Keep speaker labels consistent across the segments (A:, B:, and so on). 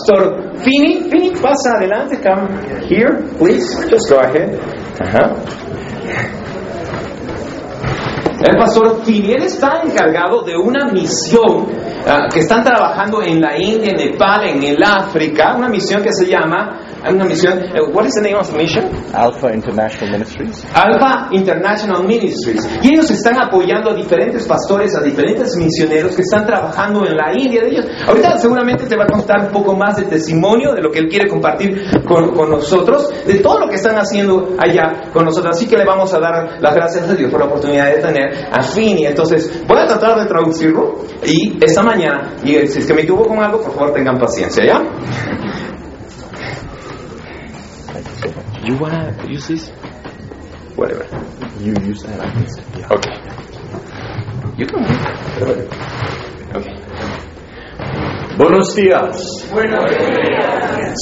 A: Pastor Fini, Fini, pasa adelante, come here, please, just go ahead. Ajá.
B: Uh-huh.
A: El pastor Fini, él está encargado de una misión ah, que están trabajando en la India, en Nepal, en el África, una misión que se llama, una misión, eh, what is the name of the mission?
B: Alpha International Ministries.
A: Alpha International Ministries. Y ellos están apoyando a diferentes pastores, a diferentes misioneros que están trabajando en la India de ellos. Ahorita seguramente te va a contar un poco más de testimonio de lo que él quiere compartir con, con nosotros, de todo lo que están haciendo allá con nosotros. Así que le vamos a dar las gracias a Dios por la oportunidad de tener a Fini. Entonces, voy a tratar de traducirlo y esta mañana, y eh, si es que me equivoco con algo, por favor tengan paciencia, ¿ya?
B: You wanna use this?
A: Whatever.
B: You use that. I guess. Yeah.
A: Okay. You can Okay.
B: Buenos dias.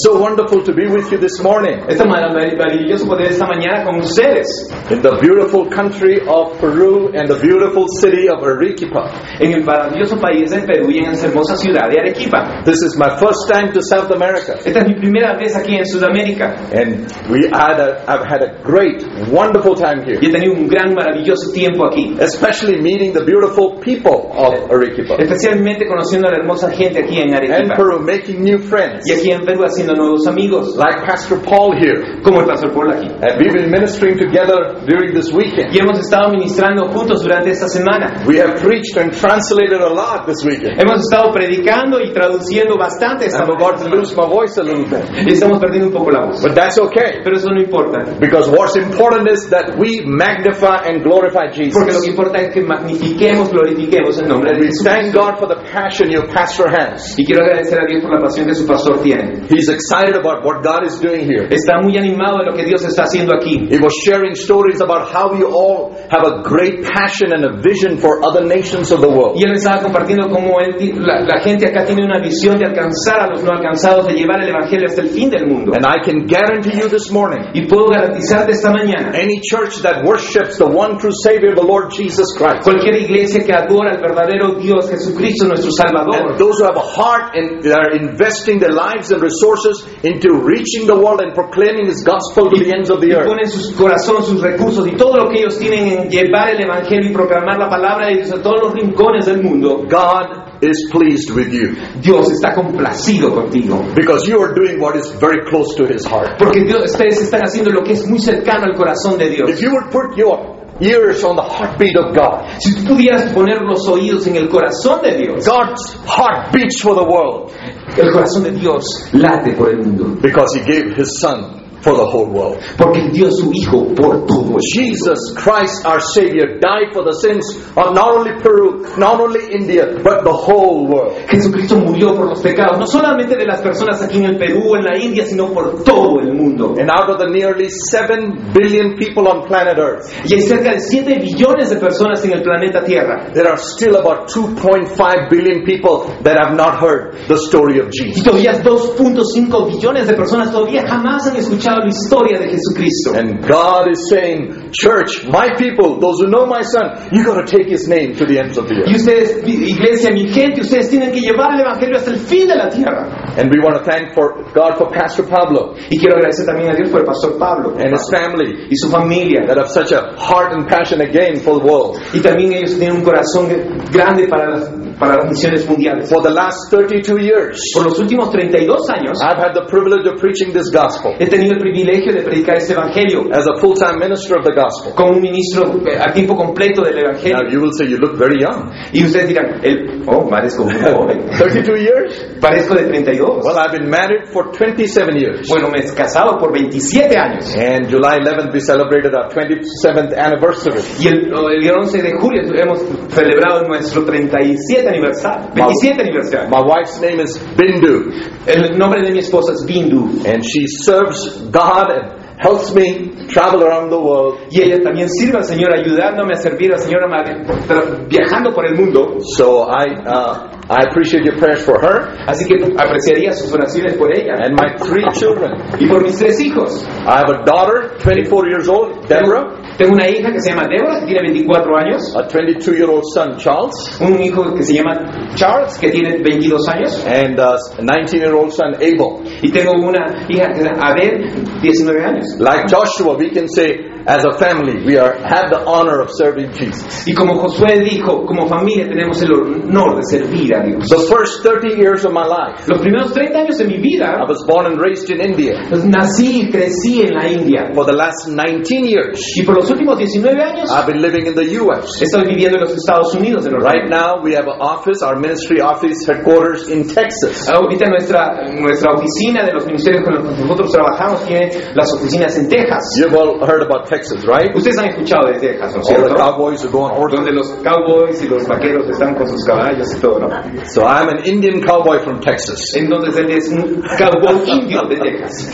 B: So wonderful to be with you this morning
A: Esta mañana, maravilloso poder esta mañana con ustedes
B: in the beautiful country of Peru and the beautiful city of Arequipa.
A: en el maravilloso país del Perú y en esa hermosa ciudad de Arequipa.
B: This is my first time to South America,
A: Esta es mi primera vez aquí en Sudamérica
B: and we had a, I've had a great, wonderful time here.
A: y he tenido un gran, maravilloso tiempo aquí,
B: Especially meeting the beautiful people of Arequipa
A: especialmente conociendo a la hermosa gente aquí en
B: and
A: Arequipa
B: Peru, making new friends,
A: y aquí en Perú haciendo nuevos amigos,
B: like Pastor Paul here.
A: como el pastor Paul aquí.
B: And we've been ministering together during this weekend.
A: Y hemos estado ministrando juntos durante esta semana.
B: We have preached and translated a lot this weekend.
A: Hemos estado predicando y traduciendo bastante esta
B: I'm about to lose my voice a little bit,
A: y estamos perdiendo un poco la voz.
B: but that's okay.
A: Pero eso no importa,
B: Because what's important is that we magnify and glorify
A: porque lo que
B: Jesus.
A: importa es que magnifiquemos, glorifiquemos el nombre de
B: We
A: Jesús.
B: thank God for the passion your pastor has.
A: Y quiero agradecer a Dios por la pasión que su pastor tiene.
B: He's excited about what God is doing here.
A: Está muy animado de lo que Dios está haciendo aquí.
B: He was sharing stories about how we all have a great passion and a vision for other nations of the world.
A: Y él estaba compartiendo cómo él ti- la, la gente acá tiene una visión de alcanzar a los no alcanzados, de llevar el Evangelio hasta el fin del mundo.
B: And I can guarantee you this morning,
A: Y puedo garantizarte esta mañana,
B: any church that worships the one true Savior, the Lord Jesus Christ,
A: cualquier iglesia que adora al verdadero Dios, Jesucristo nuestro
B: And
A: Salvador,
B: those who have a heart and that are investing their lives and resources into reaching the world and proclaiming His gospel to the ends of
A: y
B: the earth.
A: ponen sus corazón, sus recursos y todo lo que ellos tienen en llevar el Evangelio y proclamar la palabra de Dios a todos los rincones del mundo,
B: God is pleased with you
A: Dios está complacido contigo.
B: because you are doing what is very close to His heart.
A: Porque Dios, ustedes están haciendo lo que es muy cercano al corazón de Dios.
B: If you would put your ears on the heartbeat of God,
A: Si tú pudieras poner los oídos en el corazón de Dios,
B: God's heart beats for the world
A: el corazón de Dios late por el mundo,
B: because He gave His Son for the whole world.
A: porque dio a su Hijo por todo.
B: Jesus Christ, our Savior, died for the sins of not only Peru, not only India, but the whole world.
A: Jesucristo murió por los pecados, no solamente de las personas aquí en el Perú o en la India, sino por todo el mundo.
B: And out of the nearly 7 billion people on planet Earth,
A: Y hay cerca de 7 billones de personas en el planeta Tierra.
B: there are still about 2.5 billion people that have not heard the story of
A: Y
B: Jesus.
A: todavía 2.5 billones de personas todavía jamás han escuchado la historia de Jesucristo.
B: And God is saying, Church, my people, those who know my son, you got to take his name to the ends of the
A: Y
B: earth.
A: ustedes, mi iglesia, mi gente, ustedes tienen que llevar el Evangelio hasta el fin de la tierra.
B: And we want to thank for God for Pastor Pablo
A: Y quiero agradecer también a Dios por el pastor Pablo
B: and his family
A: y su familia.
B: that have such a heart and passion again for the world.
A: Y también ellos tienen un corazón grande para las, para las misiones mundiales.
B: For the last 32 years,
A: Por los últimos 32 años
B: I've had the privilege of preaching this gospel
A: he tenido el privilegio de predicar este Evangelio
B: as a full-time minister of the gospel.
A: como un ministro eh, a tiempo completo del
B: Now
A: Evangelio.
B: you will say you look very young.
A: Y ustedes dirán, el, oh, parezco muy joven,
B: 32 years?
A: parezco de 32.
B: Well, I've been married for 27 years.
A: Bueno, me he casado por 27 años.
B: And July 11th, we celebrated our 27th anniversary.
A: Y el, el día 11 de julio hemos celebrado nuestro 37 aniversario. 27 aniversario.
B: My wife's name is Bindu,
A: El nombre de mi esposa es Bindu.
B: and she serves God and helps me travel around the world.
A: Y ella también sirve al Señor ayudándome a servir al Señor amar- por- tra- viajando por el mundo.
B: So I, uh, I appreciate your prayers for her
A: Así que apreciaría sus oraciones por ella.
B: and my three children.
A: Y por mis tres hijos.
B: I have a daughter, 24 years old, Deborah,
A: Tengo una hija que se llama Débora, que tiene 24 años.
B: a 22 year old son, Charles,
A: Un hijo que se llama Charles, que tiene 22 años.
B: and uh, a 19 year old son, Abel.
A: Y tengo una hija que se llama Abel, 19 años.
B: Like Joshua, we can say, as a family, we are have the honor of serving Jesus.
A: Y como Josué dijo, como familia tenemos el honor de servir a Dios.
B: The first 30 years of my life,
A: Los primeros 30 años de mi
B: I
A: vida,
B: was born and raised in India.
A: pues, nací y crecí en la India.
B: For the last 19 years,
A: Y por los últimos 19 años
B: I've been living in the U.S.
A: estoy viviendo en los Estados Unidos, en los
B: Right now, we have an office, our ministry office headquarters in Texas.
A: Ahorita nuestra, nuestra oficina de los ministerios con los que nosotros trabajamos tiene las oficinas en Texas.
B: You've all heard about Texas, right?
A: Ustedes han escuchado de Texas, ¿no es
B: All the
A: cierto?
B: cowboys are going organ.
A: Donde los cowboys y los vaqueros están con sus caballos y todo, ¿no?
B: So I'm an Indian cowboy from Texas.
A: Entonces él es un cowboy indio de Texas.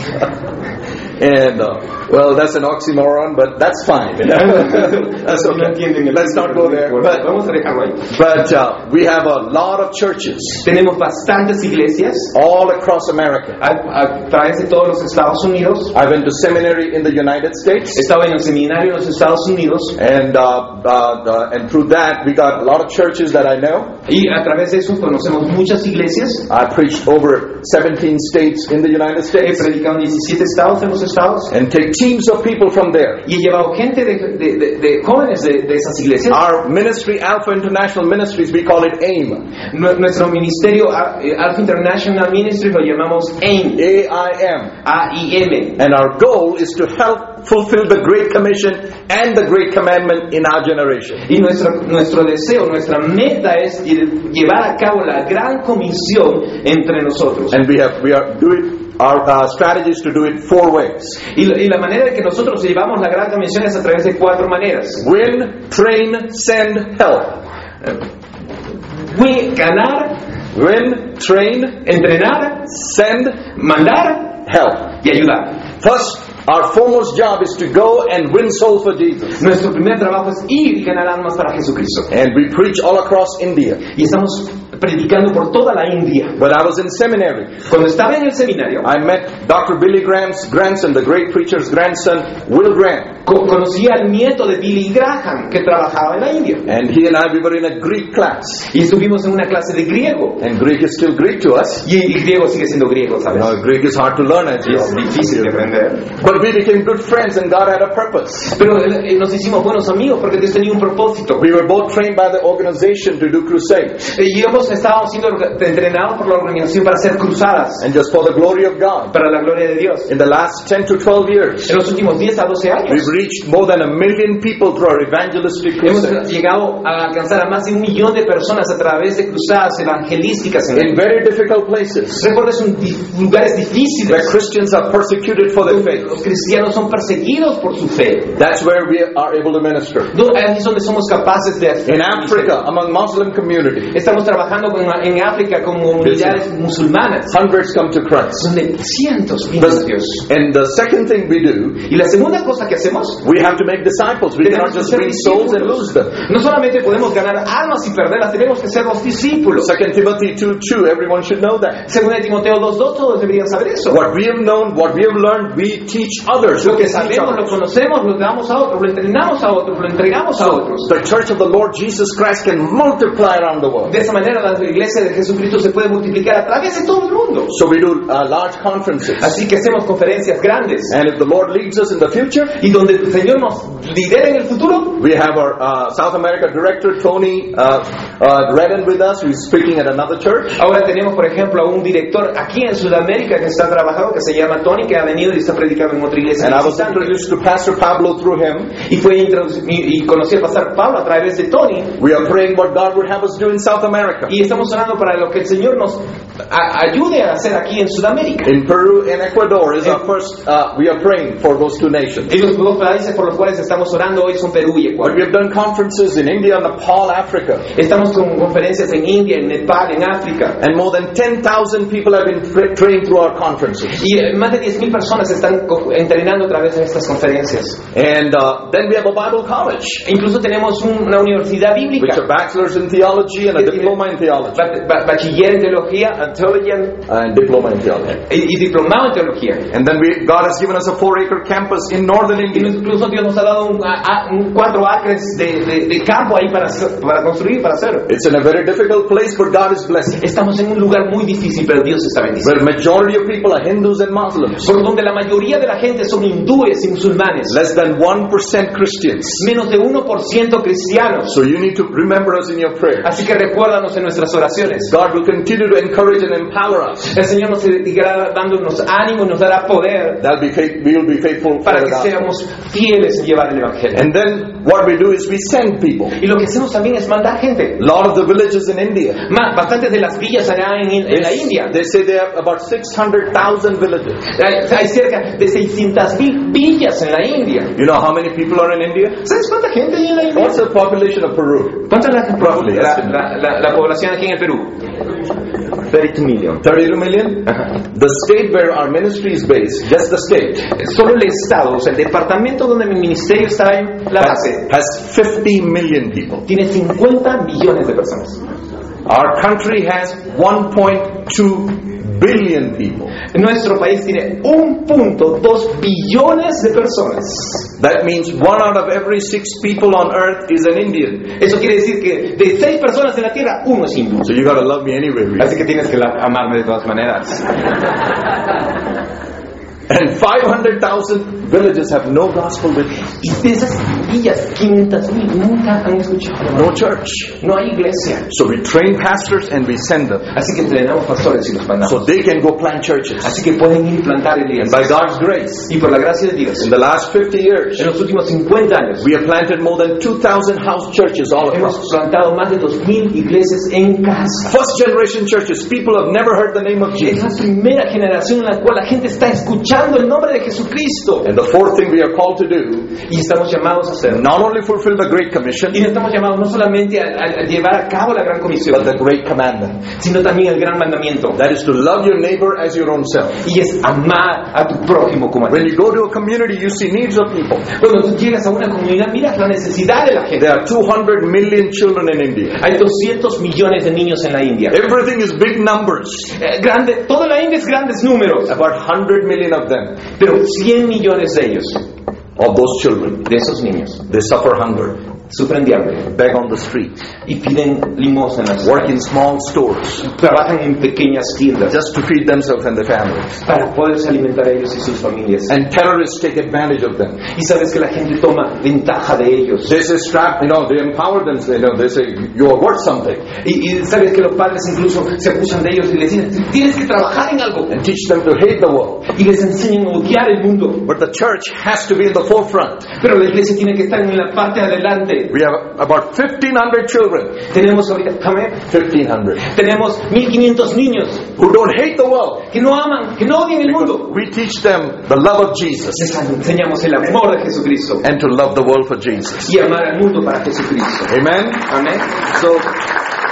B: And, uh, well, that's an oxymoron, but that's fine. you know. that's
A: No entienden
B: okay.
A: el-
B: Let's not go there. But,
A: Vamos a dejarlo ahí.
B: but uh, we have a lot of churches
A: Tenemos bastantes iglesias
B: all across America.
A: a, a través de todos los Estados Unidos.
B: I went to seminary in the United States.
A: Estaba en el seminario en los Estados Unidos
B: And, uh, uh, uh, and through that, we got a lot of churches that I know.
A: y a través de eso conocemos muchas iglesias.
B: I preached over 17 states in the United
A: He
B: States
A: predicado en 17 estados en los estados
B: and take teams of people from there.
A: y he llevado gente de, de- de- de jóvenes de, de esas iglesias.
B: Our ministry, Alpha International Ministries, we call it AIM.
A: Nue- Nuestro ministerio Al- eh, Alpha International Ministry lo llamamos AIM,
B: A-I-M.
A: A-I-M.
B: And our goal is to help fulfill the Great Commission and the Great Commandment in our generation.
A: Y nuestro, nuestro deseo, nuestra meta es lle- llevar a cabo la gran comisión entre nosotros.
B: And we have, we are doing, our uh, strategy is to do it four ways.
A: Y, la- y la manera de que nosotros llevamos la gran comisión es a través de cuatro maneras.
B: Win, train, send, help.
A: Fue ganar,
B: Win, train,
A: entrenar,
B: send,
A: mandar
B: help.
A: y ayudar.
B: First, our foremost job is to go and win souls for Jesus.
A: Nuestro primer trabajo es ir y ganar almas para Jesucristo.
B: And we preach all across India.
A: Y estamos predicando por toda la India.
B: When I was in seminary,
A: Cuando estaba en el seminario,
B: I met Dr. Billy Graham's grandson, the great preacher's grandson, Will Graham.
A: co- conocí al nieto de Billy Graham, que trabajaba en la India.
B: And he and I, we were in a Greek class.
A: Y estuvimos en una clase de griego.
B: And Greek is still Greek to us.
A: Y el griego sigue siendo griego,
B: You
A: ¿sabes?
B: know, Greek is hard to learn as you
A: Es difícil de aprender.
B: But we became good friends and God had a purpose.
A: Pero eh, nos hicimos buenos amigos porque Dios tenía un propósito.
B: We were both trained by the organization to do crusades.
A: Eh, Y ambos estábamos siendo orga- entrenados por la organización para hacer cruzadas
B: And just for the glory of God,
A: para la gloria de Dios.
B: in the last 10 to 12 years,
A: En los últimos 10 a 12 años
B: we've reached more than a million people through our evangelistic crusades.
A: hemos llegado a alcanzar a más de un millón de personas a través de cruzadas evangelísticas. En la
B: in very difficult places
A: Recuerdes un di- lugares
B: where
A: difíciles.
B: Christians are persecuted for their faith.
A: Los cristianos son perseguidos por su fe.
B: That's where we are able to minister.
A: No, ahí es donde somos capaces de hacer.
B: In Africa, among Muslim communities,
A: Estamos trabajando con- en África con comunidades musulmanas,
B: hundreds come to Christ.
A: donde cientos vienen
B: Pues,
A: a Dios.
B: The- and the second thing we do,
A: Y la segunda cosa que hacemos,
B: we have to make disciples. We
A: tenemos
B: cannot
A: que
B: just
A: ser
B: win souls and
A: discípulos.
B: lose them.
A: No solamente podemos ganar almas y perderlas, tenemos que ser los discípulos.
B: Second Timothy 2 2, everyone should know that.
A: Según el Timoteo 2.2, todos deberían saber eso.
B: What we have known, what we have learned, we teach others.
A: Lo
B: We
A: que
B: teach
A: sabemos, lo
B: others.
A: conocemos, lo damos a otros, lo entrenamos a otros, lo entregamos a otros.
B: The church of the Lord Jesus Christ can multiply around the world.
A: De esa manera la iglesia de Jesucristo se puede multiplicar a través de todo el mundo.
B: So we do uh, large conferences.
A: Así que hacemos conferencias grandes.
B: And if the Lord leads us in the future,
A: Y donde el Señor nos lidera en el futuro,
B: We have our uh, South America director Tony uh, uh, Redden with us, who's speaking at another church.
A: Ahora tenemos, por ejemplo, a un director aquí en Sudamérica que está trabajando, que se llama Tony, que ha venido y está predicando en otra iglesia.
B: And I was
A: visitante.
B: introduced to Pastor Pablo through him.
A: Y fue introdu- y, y conocí al pastor Pablo a través de Tony.
B: We are praying what God would have us do in South America,
A: Y estamos orando para lo que el Señor nos a- ayude a hacer aquí en Sudamérica.
B: in Peru and Ecuador. Is our first. Uh, we are praying for those two nations.
A: Y los dos países por los cuales estamos orando hoy son Perú y
B: But
A: Ecuador.
B: we have done conferences in India, Nepal, Africa,
A: Estamos con conferencias en India, en Nepal, en África.
B: and more than ten thousand people have been tra- trained through our conferences.
A: Y eh, más de 10.000 personas están co- entrenando a través de estas conferencias.
B: And uh, then we have a Bible college,
A: E incluso tenemos un- una universidad
B: which
A: bíblica,
B: are bachelors in theology and a diploma in theology.
A: ba- ba- bachiller en teología, a theologian
B: and Uh, diploma in theology.
A: y, y diplomado en teología.
B: And then we, God has given us a four acre campus in northern India.
A: Incluso Dios nos ha dado un, a- a- un cuatro acres de, de- de campo ahí para, hacer- para construir, para hacer.
B: It's in a very difficult place, but God is blessing.
A: Estamos en un lugar muy difícil, pero Dios está bendiciendo.
B: Where majority of people are Hindus and Muslims.
A: Por donde la mayoría de la gente son hindúes y musulmanes,
B: Less than 1% Christians.
A: menos de 1% cristianos.
B: So you need to remember us in your prayer.
A: Así que recuérdanos en nuestras oraciones.
B: God will continue to encourage and empower us.
A: El Señor nos seguirá dándonos ánimo y nos dará poder
B: That'll be faith, we'll be faithful for
A: para
B: the
A: que
B: gospel.
A: seamos fieles en llevar el Evangelio.
B: And then what we do is we send people.
A: Y lo que hacemos también es mandar gente.
B: A lot of the villages in India.
A: Más, bastantes de las villas allá en, en la India.
B: They say they have about 600,000 villages.
A: Hay, hay cerca de 600.000 villas en la India.
B: You know how many people are in India?
A: ¿Sabes cuánta gente hay en la India?
B: What's the population of Peru?
A: ¿Cuánta es la,
B: Probably,
A: la,
B: estimate.
A: la- la- la población aquí en el Perú? 32 millones.
B: 32 million? The state where our ministry is based, just the state,
A: Solo el estado, o sea, el departamento donde mi ministerio está en la base,
B: has, has 50 million people.
A: tiene 50 millones de personas.
B: Our country has 1.2 billion people.
A: Nuestro país tiene 1.2 billones de personas.
B: That means one out of every six people on earth is an Indian.
A: Eso quiere decir que de 6 personas en la Tierra, uno es hindú.
B: So you gotta love me anyway. really.
A: Así que tienes que la- amarme de todas maneras.
B: And 500,000 villages have no gospel witness,
A: Y de esas villas, 500 mil nunca han escuchado.
B: no church.
A: No hay iglesia.
B: So we train pastors and we send them
A: Así que entrenamos pastores y los mandamos.
B: so they can go plant churches.
A: Así que pueden ir y plantar
B: And
A: iglesias.
B: by God's grace,
A: Y por la gracia de Dios,
B: in the last 50 years,
A: en los últimos 50 años,
B: we have planted more than 2,000 house churches all across.
A: Hemos plantado más de 2.000 iglesias en casa.
B: First generation churches, people have never heard the name of
A: Es la
B: Jesus.
A: primera generación en la cual la gente está escuchando el nombre de Jesucristo.
B: And the fourth thing we are called to do,
A: Y estamos llamados a hacerlo.
B: not only fulfill the Great Commission,
A: Y estamos llamados no solamente a, a- a llevar a cabo la gran
B: but
A: comisión,
B: the Great Commandment.
A: sino también el gran mandamiento.
B: That is to love your neighbor as your own self.
A: Y es amar a tu prójimo como a ti.
B: When you go to a community, you see needs of people.
A: Cuando tú llegas a una comunidad, miras la necesidad de la gente.
B: There are 200 million children in India.
A: Hay 200 millones de niños en la India.
B: Everything is big numbers.
A: Eh, grande, toda la India es grandes números,
B: About 100 million of them,
A: pero 100 millones de ellos,
B: of those children,
A: de esos niños,
B: they suffer hunger,
A: sufren de hambre.
B: beg on the street,
A: y piden limosnas,
B: work in small stores,
A: trabajan en pequeñas tiendas
B: just to feed themselves and their families.
A: para poderse alimentar a ellos y sus familias.
B: And terrorists take advantage of them.
A: Y sabes que la gente toma ventaja de ellos.
B: They say, strap, you know, they empower them, you know, they say, you are worth something.
A: Y, y sabes que los padres incluso se acusan de ellos y les dicen, tienes que trabajar en algo.
B: And teach them to hate the world.
A: Y les enseñan a odiar el mundo.
B: But the church has to be in the forefront.
A: Pero la iglesia tiene que estar en la parte de adelante.
B: We have about 1,500 children,
A: Tenemos ahorita, déjame ver,
B: 1,500,
A: tenemos 1500 niños
B: who don't hate the world.
A: que no aman, que no odian el mundo.
B: We teach them the love of Jesus
A: Les enseñamos el amor de Jesucristo
B: and to love the world for Jesus.
A: y amar al mundo para Jesucristo.
B: Amen?
A: Amén.
B: So,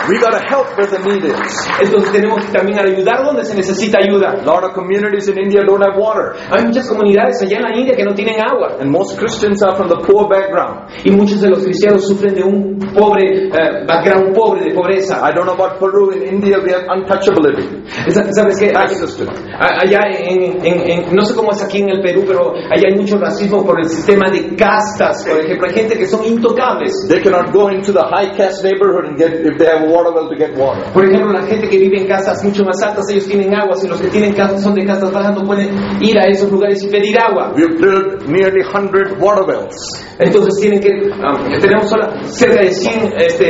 B: we gotta help where the need is.
A: Entonces tenemos que también ayudar donde se necesita ayuda.
B: A lot of communities in India don't have water.
A: Hay muchas comunidades allá en la India que no tienen agua
B: And most Christians are from the poor background.
A: y muchos de los cristianos sufren de un pobre eh, background pobre de pobreza.
B: I don't know about Peru, in India we have untouchability.
A: Sa- ¿Sabes qué? Hay-
B: Access to it.
A: a- Allá en, en- en- no sé cómo es aquí en el Perú, pero allá hay mucho racismo por el sistema de castas. Por ejemplo, hay gente que son intocables.
B: They cannot go into the high caste neighborhood and get, if they have a water well, to get water.
A: Por ejemplo, la gente que vive en casas mucho más altas, ellos tienen agua. Si los que tienen casas son de casas bajas, no pueden ir a esos lugares y pedir agua.
B: We've drilled nearly 100 water wells.
A: Entonces tienen que, ah, tenemos sola- cerca de 100 este,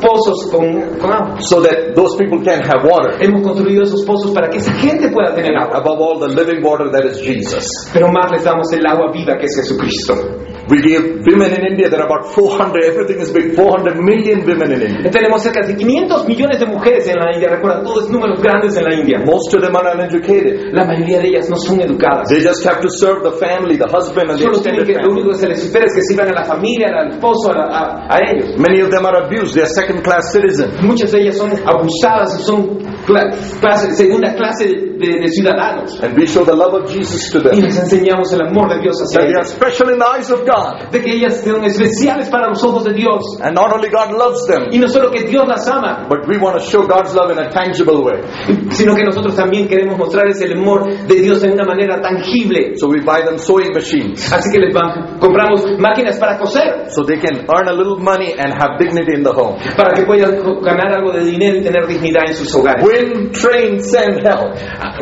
A: pozos con, con agua.
B: so that those people can have water.
A: Hemos construido esos pozos para que esa gente pueda tener agua.
B: Above all, the living water that is Jesus.
A: Pero más les damos el agua viva que es Jesucristo.
B: We give women in India, there are about 400, everything is big, 400 million women in India.
A: Eh, Tenemos cerca de 500 millones de mujeres en la India. Recuerda, todos números grandes en la India.
B: Most of them are uneducated.
A: La mayoría de ellas no son educadas.
B: They just have to serve the family, the husband, and the
A: Solo tienen
B: extended
A: que, lo
B: family.
A: único que se les espera es que sirvan a la familia, al esposo, a, la- a- a ellos.
B: Many of them are abused, they are second class citizens.
A: Muchas de ellas son abusadas y son cla- clase- segunda clase de- de ciudadanos.
B: And we show the love of Jesus to
A: Y
B: them.
A: les enseñamos el amor de Dios hacia
B: That they are
A: ellas.
B: special in the eyes of God.
A: De que ellas son especiales para los ojos de Dios.
B: And not only God loves them,
A: Y no solo que Dios las ama,
B: but we want to show God's love in a tangible way.
A: sino que nosotros también queremos mostrarles el amor de Dios de una manera tangible.
B: So we buy them sewing machines
A: Así que les va- compramos máquinas para coser,
B: so they can earn a little money and have dignity in the home.
A: para que puedan co- ganar algo de dinero y tener dignidad en sus hogares.
B: Win, train, send, help.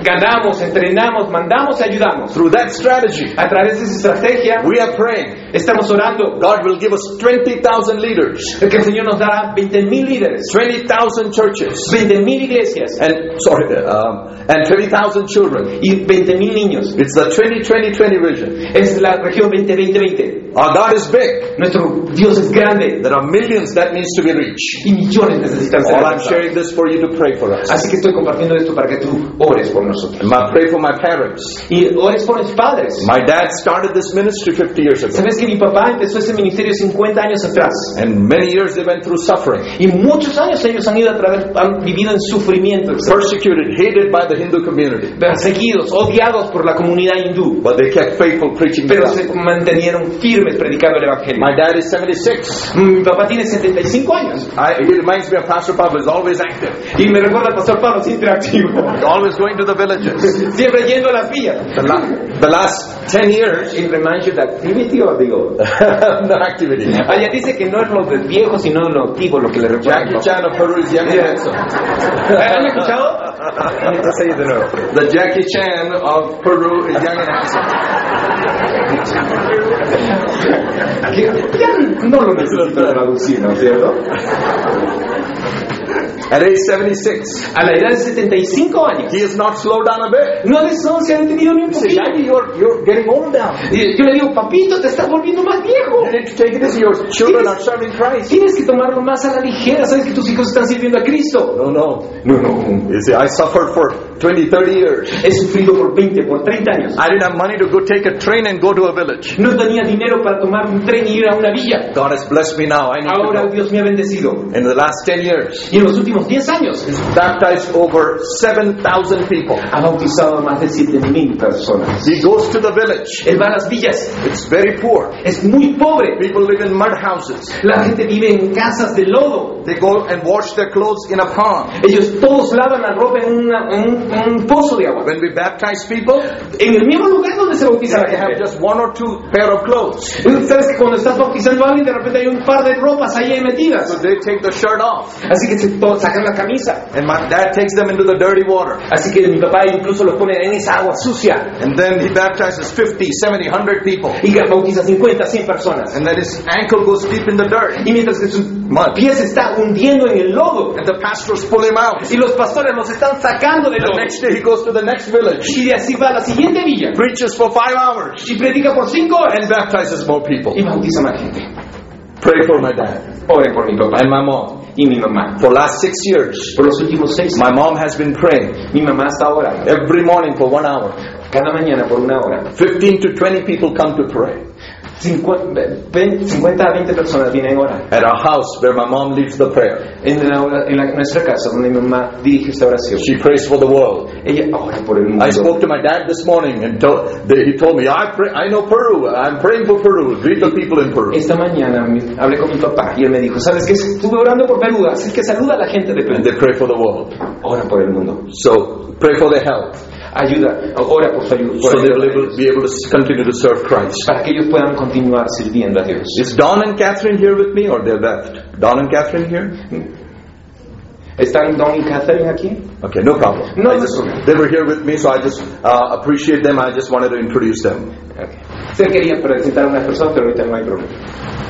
A: Ganamos, entrenamos, mandamos y ayudamos.
B: Through that strategy,
A: A través de esa estrategia
B: we are praying.
A: estamos orando
B: God will give us 20,000 leaders,
A: de que el Señor nos dará 20.000 líderes,
B: 20,000 churches,
A: 20.000 iglesias
B: and sorry, um, and 20,000 children.
A: y 20.000 niños.
B: It's the 20-20-20 vision.
A: Es la región 20-20-20.
B: Our God is big.
A: Nuestro Dios es grande
B: There are millions that needs to be reached.
A: y millones necesitan ser
B: All I'm
A: alcanzados.
B: sharing this for you to pray for us.
A: Así que estoy compartiendo esto para que tú ores por nosotros.
B: And I pray for my parents.
A: Y ores por los padres.
B: My dad started this ministry 50 years ago.
A: Sabes que mi papá empezó ese ministerio 50 años atrás.
B: And many years they went through suffering.
A: Y muchos años ellos han ido a través, han vivido en sufrimiento,
B: Persecuted, hated by the Hindu community.
A: perseguidos, odiados por la comunidad hindú.
B: But they kept faithful preaching the
A: Pero
B: gospel.
A: se mantenieron firmes predicando el evangelio.
B: My dad is 76.
A: Mi papá tiene 75 años
B: I, he reminds me of Pastor Pablo. He's always active.
A: y me recuerda al pastor Pablo siempre activo,
B: Always going to the villages.
A: siempre yendo a las villas.
B: The, la- the last 10 years,
A: It reminds you the activity of the old.
B: no activity.
A: Allá dice que no es lo del viejo, sino lo activo lo que le recuerda. ¿Eh?
B: Jackie Chan of Peru is young and
A: ¿Han
B: handsome.
A: escuchado?
B: The Jackie Chan of Peru is young and handsome.
A: Que ya no lo necesito traducir, ¿no es cierto?
B: At age 76,
A: A la edad de 75 años.
B: he has not slowed down a bit.
A: No, des- no se ha detenido ni un
B: Say,
A: poquito.
B: Jackie, you're, you're getting old now.
A: Y Yo le digo, papito, te estás volviendo más viejo.
B: You need to take it easy. Your children are serving Christ.
A: Tienes que tomarlo más a la ligera. Sabes que tus hijos están sirviendo a Cristo.
B: No, no.
A: No, no.
B: You see, I suffered for 20, 30 years.
A: He sufrido por 20, por 30 años.
B: I didn't have money to go take a train and go to a village.
A: No tenía dinero para tomar un tren y ir a una villa.
B: God has blessed me now. I need to
A: Ahora
B: go.
A: Dios me ha bendecido.
B: In the last 10 years,
A: Y en los últimos 10 años
B: baptized over 7,000 people.
A: ha bautizado a más de 7.000 personas.
B: He goes to the village.
A: Él va a las villas.
B: It's very poor.
A: Es muy pobre.
B: People live in mud houses.
A: La gente vive en casas de lodo.
B: They go and wash their clothes in a pond.
A: Ellos todos lavan la ropa en, una- en un, en un pozo de agua.
B: When we baptize people,
A: En el mismo lugar donde se bautiza la
B: they have
A: gente.
B: just one or two pair of clothes.
A: Sabes que cuando estás bautizando a alguien, de repente hay un par de ropas ahí
B: So
A: metidas.
B: they take the shirt off.
A: Así que se to- sacan la camisa.
B: And my dad takes them into the dirty water.
A: Así que mi papá incluso los pone en esa agua sucia.
B: And then he baptizes 50, 70, 100 people.
A: Y bautiza 50, 100 personas.
B: And then his ankle goes deep in the dirt.
A: Y mientras que su pie se está hundiendo en el lodo.
B: And the pastors pull him out.
A: Y los pastores los están sacando del
B: The
A: lodo.
B: next day he goes to the next village.
A: Y de así va a la siguiente villa.
B: Preaches for five hours.
A: Y predica por 5 horas.
B: And baptizes more people.
A: Y bautiza más gente.
B: Pray for my dad
A: Oren por mi papá
B: and my mom.
A: y mi mamá.
B: For last six years,
A: Por los últimos seis
B: my mom has been praying
A: mi mamá está orando.
B: every morning for one hour.
A: Cada mañana por una hora.
B: 15 to 20 people come to pray.
A: Cincu- ve- ve- 50 a 20 personas vienen a orar.
B: At our house where my mom leads the prayer,
A: En, la, hora- en la- nuestra casa donde mi mamá dirige esta oración.
B: she prays for the world.
A: Ella ora por el
B: I
A: mundo.
B: spoke to my dad this morning and told, they, he told me, I, pray, I know Peru, I'm praying for Peru, greet the people in Peru.
A: Esta mañana me- hablé con mi papá y él me dijo, ¿sabes qué? Estuve orando por Perú, así que saluda a la gente de
B: And
A: Perú.
B: they pray for the world.
A: Ora por el mundo.
B: So pray for their health,
A: Ayuda, ora por su ayuda. por
B: so
A: ayuda
B: they'll able- be able to continue to serve Christ.
A: para que ellos puedan continuar sirviendo a Dios.
B: Is Don and Catherine here with me or they're left? Don and Catherine here?
A: ¿Están Don y Catherine aquí?
B: Okay, no problem.
A: No,
B: I
A: no
B: just,
A: problem.
B: they were here with me, so I just uh, appreciate them. I just wanted to introduce them.
A: Ok. Se quería presentar a unas personas, pero ahorita no hay problema.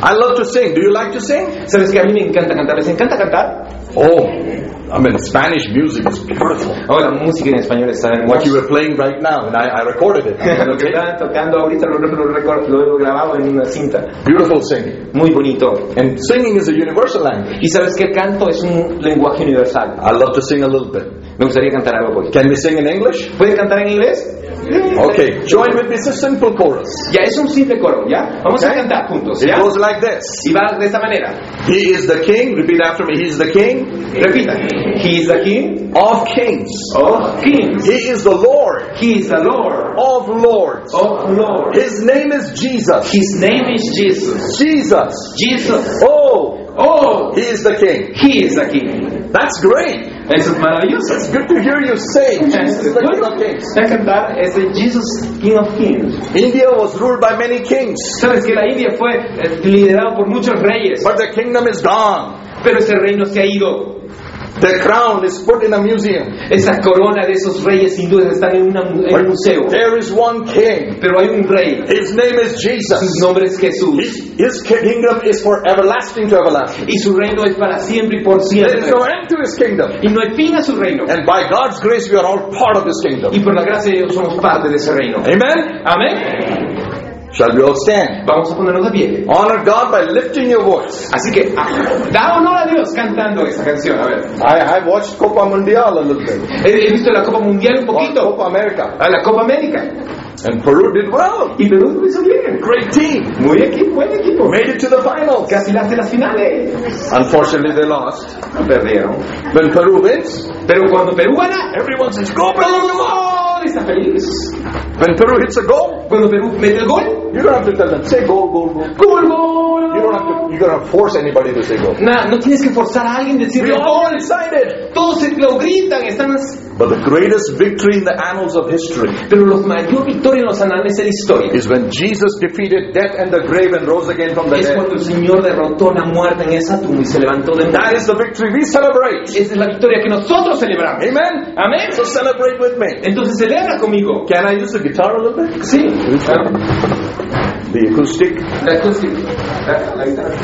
B: I love to sing. Do you like to sing?
A: ¿Sabes que A mí me encanta cantar. ¿Les encanta cantar?
B: Oh, I mean, Spanish music is beautiful.
A: Ahora, la música en español está en
B: What you were playing right now, and I, I recorded it.
A: Lo que estaban tocando ahorita lo, lo, lo recor- lo he grabado en una cinta.
B: Beautiful singing.
A: Muy bonito.
B: And singing is a universal language.
A: Y sabes que canto es un lenguaje universal.
B: I love to sing a little bit.
A: Me gustaría cantar algo por
B: Can we sing in English?
A: ¿Puedes cantar en inglés?
B: Okay, join with me. It's a simple chorus.
A: Ya es un simple coro, ¿ya? Vamos a cantar juntos,
B: It
A: ¿ya?
B: goes like this.
A: Y va de esta manera.
B: He is the king. Repeat after me. He is the king
A: Repita. He is the King
B: of kings.
A: of Kings.
B: He is the Lord
A: He is the Lord
B: of lords.
A: of Lords.
B: His name is Jesus.
A: His name is Jesus.
B: Jesus.
A: Jesus.
B: Oh,
A: Oh,
B: he is the king.
A: He is the King.
B: That's great.
A: Eso es maravilloso.
B: It's good to hear you say Jesus is the king of kings.
A: Voy a cantar ese Jesus King of Kings.
B: India was ruled by many kings,
A: Sabes que la India fue eh, liderada por muchos reyes,
B: but the kingdom is gone.
A: pero ese reino se ha ido.
B: The crown is put in a museum.
A: Esa corona de esos reyes sin duda están en, una- en un
B: But
A: museo.
B: there is one king.
A: Pero hay un rey,
B: His name is Jesus.
A: su nombre es Jesús,
B: His, his kingdom is for everlasting to everlasting.
A: y su reino es para siempre y por
B: There is
A: siempre.
B: no end to his kingdom.
A: Y no hay fin a su reino.
B: And by God's grace, we are all part of his
A: Y
B: kingdom.
A: por la gracia de Dios somos parte de ese reino.
B: Amen?
A: Amén.
B: Shall we all stand?
A: Vamos a ponernos de pie.
B: Honor God by lifting your voice.
A: Así que ah, da honor a Dios cantando esta canción. A ver,
B: I, I watched Copa Mundial a little bit.
A: he he visto la Copa Mundial un
B: Or
A: poquito,
B: Copa America.
A: a la Copa América.
B: And Peru did well.
A: Y Perú lo hizo bien.
B: Great team.
A: Muy equipo, buen equipo.
B: Made it to the finals.
A: Casi las de las finales.
B: Unfortunately, they lost.
A: Perdieron.
B: When Peru wins,
A: Pero cuando Perú gana,
B: everyone says, Go Peru! Go!"
A: ¡oh! Está feliz.
B: When Peru hits a goal,
A: Cuando Perú mete el gol,
B: you don't have to tell them, say goal, goal, goal.
A: ¡gol,
B: You don't have to, you don't have to force anybody to say goal.
A: Nah, no tienes que forzar a alguien a
B: We
A: decirle
B: all
A: gol.
B: are excited.
A: Todos se lo gritan, están. as-
B: But the greatest victory in the annals of history
A: Pero la mayor victoria en los anales de la historia
B: is when Jesus defeated death and the grave and rose again from the
A: es
B: dead.
A: cuando el Señor derrotó la muerte en esa tumba y se levantó de
B: That
A: muerte.
B: is the victory we celebrate.
A: Ah, Esa es la victoria que nosotros celebramos.
B: Amen.
A: Amén.
B: So celebrate with me.
A: Entonces celebra conmigo.
B: Can I use the guitar a little bit?
A: Sí.
B: The acoustic.
A: La acústica. La- la guitarra.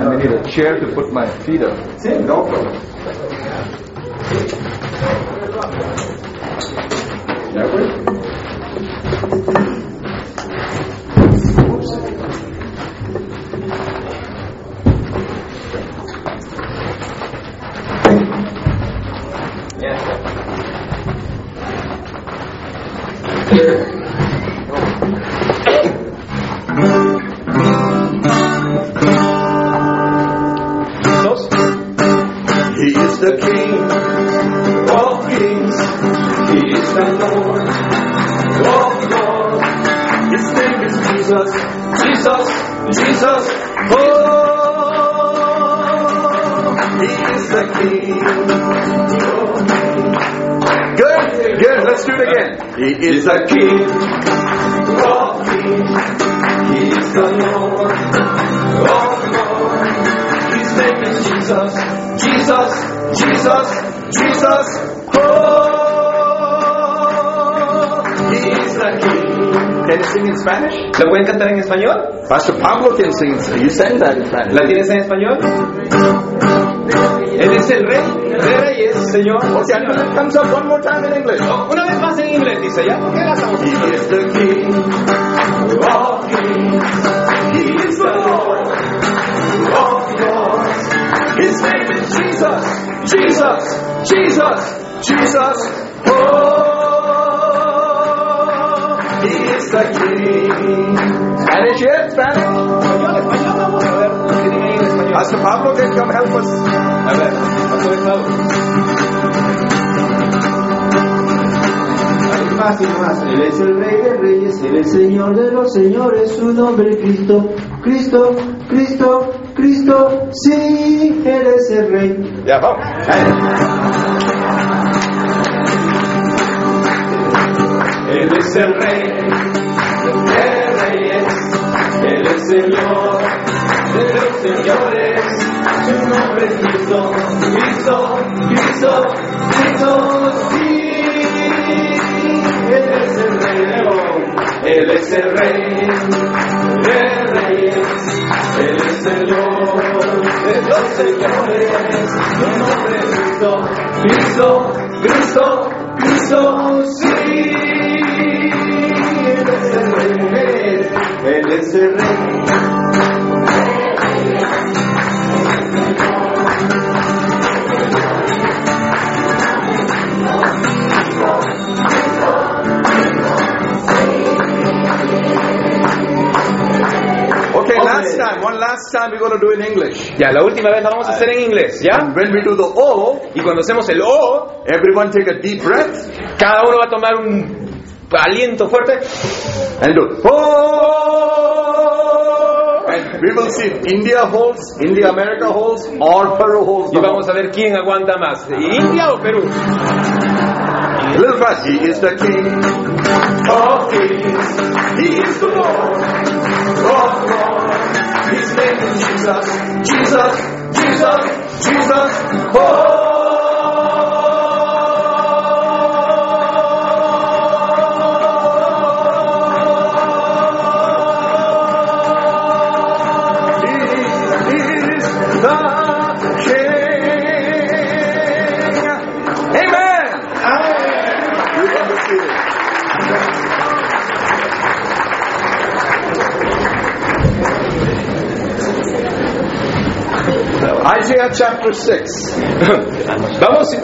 B: I need a chair to put my feet up.
A: Sí, no problema. ¿Ya, güey? Ya está.
B: Dos. He is the King
A: Oh,
B: of Kings. He is the Lord
A: oh,
B: of Lords. His
A: Este
B: name is Jesus. Jesus. Jesus. Oh, He is the King. Good. Good. Let's do it again. He is the King of Kings. He is the Lord of Lords. His name is Jesus, Jesus, Jesus, Jesus. Oh, He is the King. Can you sing in Spanish?
A: ¿Lo pueden cantar en español?
B: Pastor Pablo can sing. You sang that in Spanish.
A: ¿La tienes en español? Él es el rey, el rey de reyes, señor.
B: Okay, and
A: señora.
B: it comes up one more time in English.
A: Oh, Una vez más en inglés, dice, ¿ya? ¿Por qué la estamos
B: He is the King of kings. He is the Lord of lords. His name is Jesus, Jesus, Jesus, Jesus. Oh, He is the King. Spanish yet, Spanish?
A: español, español, vamos a ver lo que tiene ahí en español.
B: Pastor Pablo can come help us.
A: A ver, Pastor Estado. Ahí Más y más, él es el rey de reyes, él es el
C: Señor de los señores, su nombre es Cristo, Cristo, Cristo, Cristo, sí, eres el rey.
B: Yeah, vamos.
A: Él es el rey de reyes, Él es Señor de los señores, su nombre es Cristo, Cristo, Cristo, Cristo, sí, Él es el rey, de nuevo. Él es el rey de reyes, Él es Señor de los señores, su nombre es Cristo, Cristo, Cristo, Cristo, sí. Él es el rey, Él es el rey.
B: time we're going to do in English.
A: Ya, la última vez la vamos a hacer en inglés, ¿ya?
B: And when we do the O,
A: Y cuando hacemos el O,
B: everyone take a deep breath
A: cada uno va a tomar un aliento fuerte.
B: and do O. And we will see if India holds, India America holds, or Peru holds.
A: Y
B: the
A: vamos a ver quién aguanta más, India o Perú.
B: A little fast. He is the King of Kings. He is the Lord of Lords. His name is Jesus. Jesus. Jesus. Jesus. Oh. He is the King. Amen. You can be seated. Isaiah chapter 6.
A: Vamos,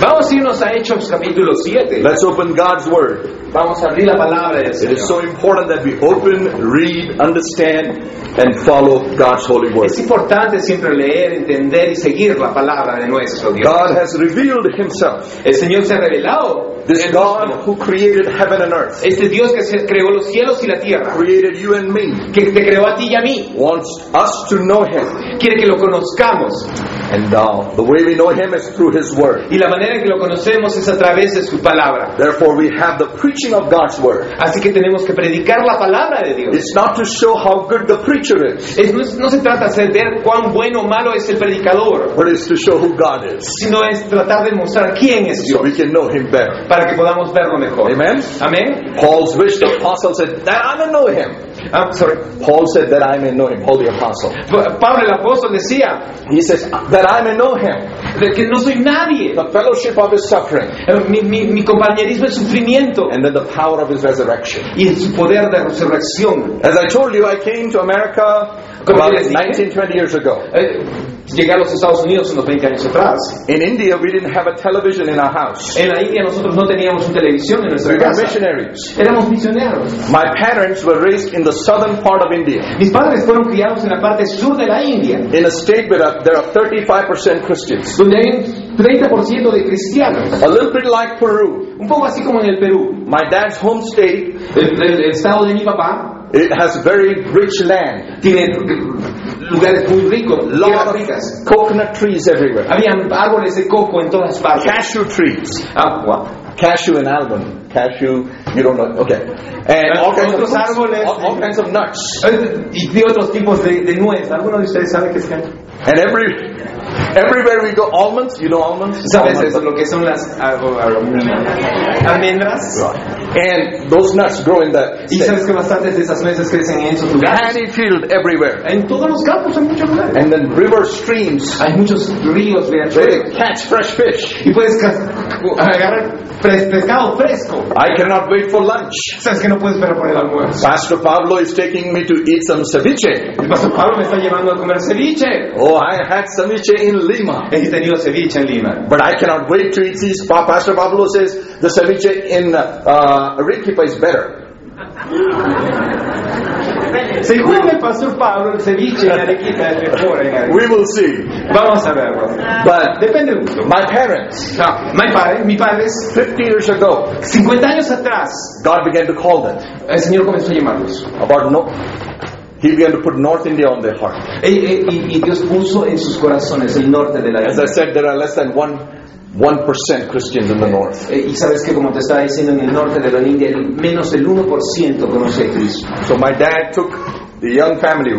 A: vamos a irnos a Hechos capítulo 7.
B: Let's open God's Word.
A: Vamos a abrir la palabra del
B: It is
A: Señor.
B: so important that we open, read, understand, and follow God's holy Word.
A: Es importante siempre leer, entender y seguir la palabra de nuestro Dios.
B: God has revealed Himself.
A: El Señor se ha revelado.
B: This God who created heaven and earth,
A: Este Dios que se- creó los cielos y la tierra,
B: created you and me,
A: que te creó a ti y a mí,
B: wants us to know Him.
A: quiere que lo conozcamos.
B: And uh, the way we know Him is through His Word.
A: Y la manera en que lo conocemos es a través de su palabra.
B: Therefore, we have the preaching of God's Word.
A: Así que tenemos que predicar la palabra de Dios.
B: It's not to show how good the preacher is,
A: Es- no, es- no se trata de ver cuán bueno o malo es el predicador,
B: but it's to show who God is.
A: sino es tratar de mostrar quién es Dios
B: So we can know Him better.
A: para que podamos verlo mejor.
B: Amen?
A: Amén.
B: Paul's wish, the apostle said, that I may know Him.
A: Ah, sorry.
B: Paul said, that I may know Him. Paul the apostle.
A: Pa- Pablo el apóstol decía
B: He says, that I may know Him.
A: de que no soy nadie.
B: The fellowship of His suffering.
A: Eh, Mi, mi- mi compañerismo es sufrimiento
B: And then the power of His resurrection.
A: y su poder de resurrección.
B: As I told you, I came to America
A: Como
B: about
A: les dije.
B: 19, 20 years ago.
A: Eh, llegué a los Estados Unidos unos 20 años atrás.
B: In India, we didn't have a television in our house.
A: En la India nosotros no teníamos una televisión en
B: We
A: nuestra
B: were
A: casa.
B: missionaries.
A: Éramos misioneros.
B: My parents were raised in the southern part of India.
A: Mis padres fueron criados en la parte sur de la India,
B: In a state where there are 35% Christians.
A: donde hay un 30% de cristianos.
B: A little bit like Peru.
A: Un poco así como en el Perú.
B: My dad's home state,
A: El, el- el estado de mi papá
B: it has very rich land.
A: tiene lugares muy ricos,
B: Lot
A: tierras
B: of
A: ricas.
B: coconut trees everywhere.
A: Habían árboles de coco en todas partes.
B: Cashew trees.
A: Ah, guau.
B: Cashew in Alvin. Cashew, you don't know. Okay. And all kinds of, fruits, all, all kinds of nuts.
A: Eh, Y de otros tipos de, de nuez. ¿Alguno de ustedes sabe qué es caña?
B: And every everywhere we go, almonds. You know almonds?
A: ¿Sabes
B: Almonds.
A: eso? Lo que son las ah, oh, ah, almendras. almendras.
B: Right. And those nuts grow in the
A: Y
B: state.
A: sabes que bastantes de esas nueces crecen en esos lugares.
B: paddy field everywhere.
A: En todos los campos, en muchos lugares.
B: And then river streams
A: Hay muchos ríos,
B: where they
A: riachuelos.
B: catch fresh fish.
A: Y puedes ca- agarrar fres- pescado fresco.
B: I cannot wait for lunch.
A: Sabes que no puedes esperar por el almuerzo.
B: Pastor Pablo is taking me to eat some ceviche.
A: El pastor Pablo me está llevando a comer ceviche.
B: Oh, I had ceviche in Lima.
A: He tenido ceviche en Lima.
B: But I cannot wait to eat these. Pa- Pastor Pablo says the ceviche in uh, Arequipa is better.
A: Según el pastor Pablo, el ceviche en Arequipa es mejor en Arequipa.
B: We will see.
A: Vamos a verlo.
B: But
A: Depende del gusto.
B: my parents,
A: No, mi padre, mi padre es
B: 50 years ago,
A: 50 años atrás.
B: God began to call them.
A: El Señor comenzó a llamarlos.
B: About no, He began to put North India on their heart.
A: E- e- y, y Dios puso en sus corazones el norte de la
B: As I
A: isla.
B: said, there are less than one one percent Christians in the north.
A: E- Y sabes que, como te estaba diciendo, en el norte de la India, el menos del 1% conoce a Cristo.
B: So my dad took the young family.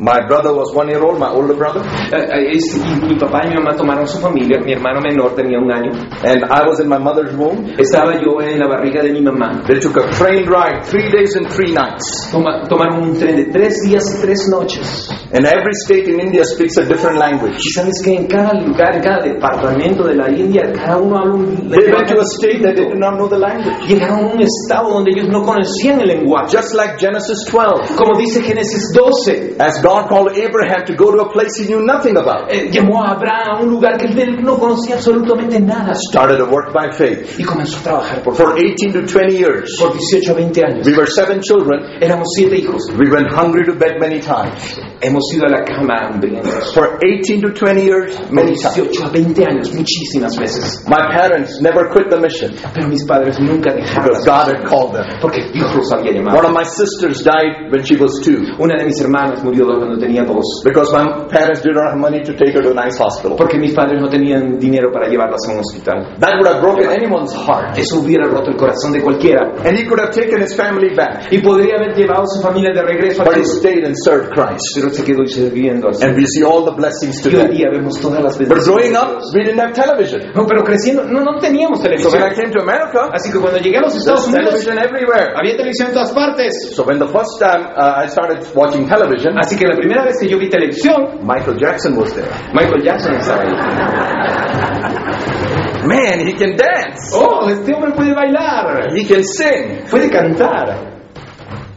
B: My brother was one year old, my older brother,
A: Eh, eh, es- y mi papá y mi mamá tomaron su familia. Mi hermano menor tenía un año.
B: and I was in my mother's womb.
A: Estaba yo en la barriga de mi mamá.
B: They took a train ride, three days and three nights.
A: Toma- tomaron un tren de tres días y tres noches.
B: And every state in India speaks a different language.
A: Y sabes que en cada lugar, en cada departamento de la India, cada uno habla un
B: They went
A: lenguaje
B: to a state that they did
A: distinto.
B: not know the language.
A: Llegaron a un estado donde ellos no conocían el lenguaje.
B: Just like Genesis 12,
A: Como dice Génesis 12,
B: as God called Abraham to go to a place he knew nothing about.
A: Eh, llamó a Abraham a un lugar que él no conocía absolutamente nada
B: Started a work by faith.
A: y comenzó a trabajar por,
B: For 18 to 20 years,
A: por 18 a 20 años.
B: we were seven children.
A: Éramos siete hijos.
B: We went hungry to bed many times.
A: Hemos ido a la cama hambrientos.
B: For 18 to 20 years,
A: De
B: many times.
A: 18 a 20 años, muchísimas veces.
B: My parents never quit the mission
A: Pero mis padres nunca dejaron
B: because
A: las
B: God
A: cosas
B: had called them.
A: porque Dios los había llamado.
B: One of my sisters died when she was two
A: Una de mis hermanas murió cuando tenía dos
B: because my parents did not have money to take her to a nice hospital.
A: porque mis padres no tenían dinero para llevarlas a un hospital.
B: That would have broken anyone's heart.
A: Eso hubiera roto el corazón de cualquiera
B: And he could have taken his family back.
A: y podría haber llevado a su familia de regreso a
B: But he
A: Jesús.
B: stayed and served Christ.
A: Pero se quedó sirviendo así.
B: And we see all the blessings
A: Y hoy
B: today.
A: día vemos todas las
B: But
A: bendiciones.
B: growing
A: de
B: up,
A: Dios.
B: we didn't have television.
A: No, pero creciendo, no, no teníamos
B: So when I
A: televisión.
B: came to America,
A: Así que cuando llegué a los
B: there's
A: Estados Unidos,
B: television everywhere.
A: había televisión en todas partes.
B: So when the first time uh, I started watching television,
A: Así que la primera vez que yo vi televisión,
B: Michael Jackson was there.
A: Michael Jackson estaba ahí.
B: Man, he can dance.
A: Oh, este hombre puede bailar,
B: He can sing.
A: puede cantar.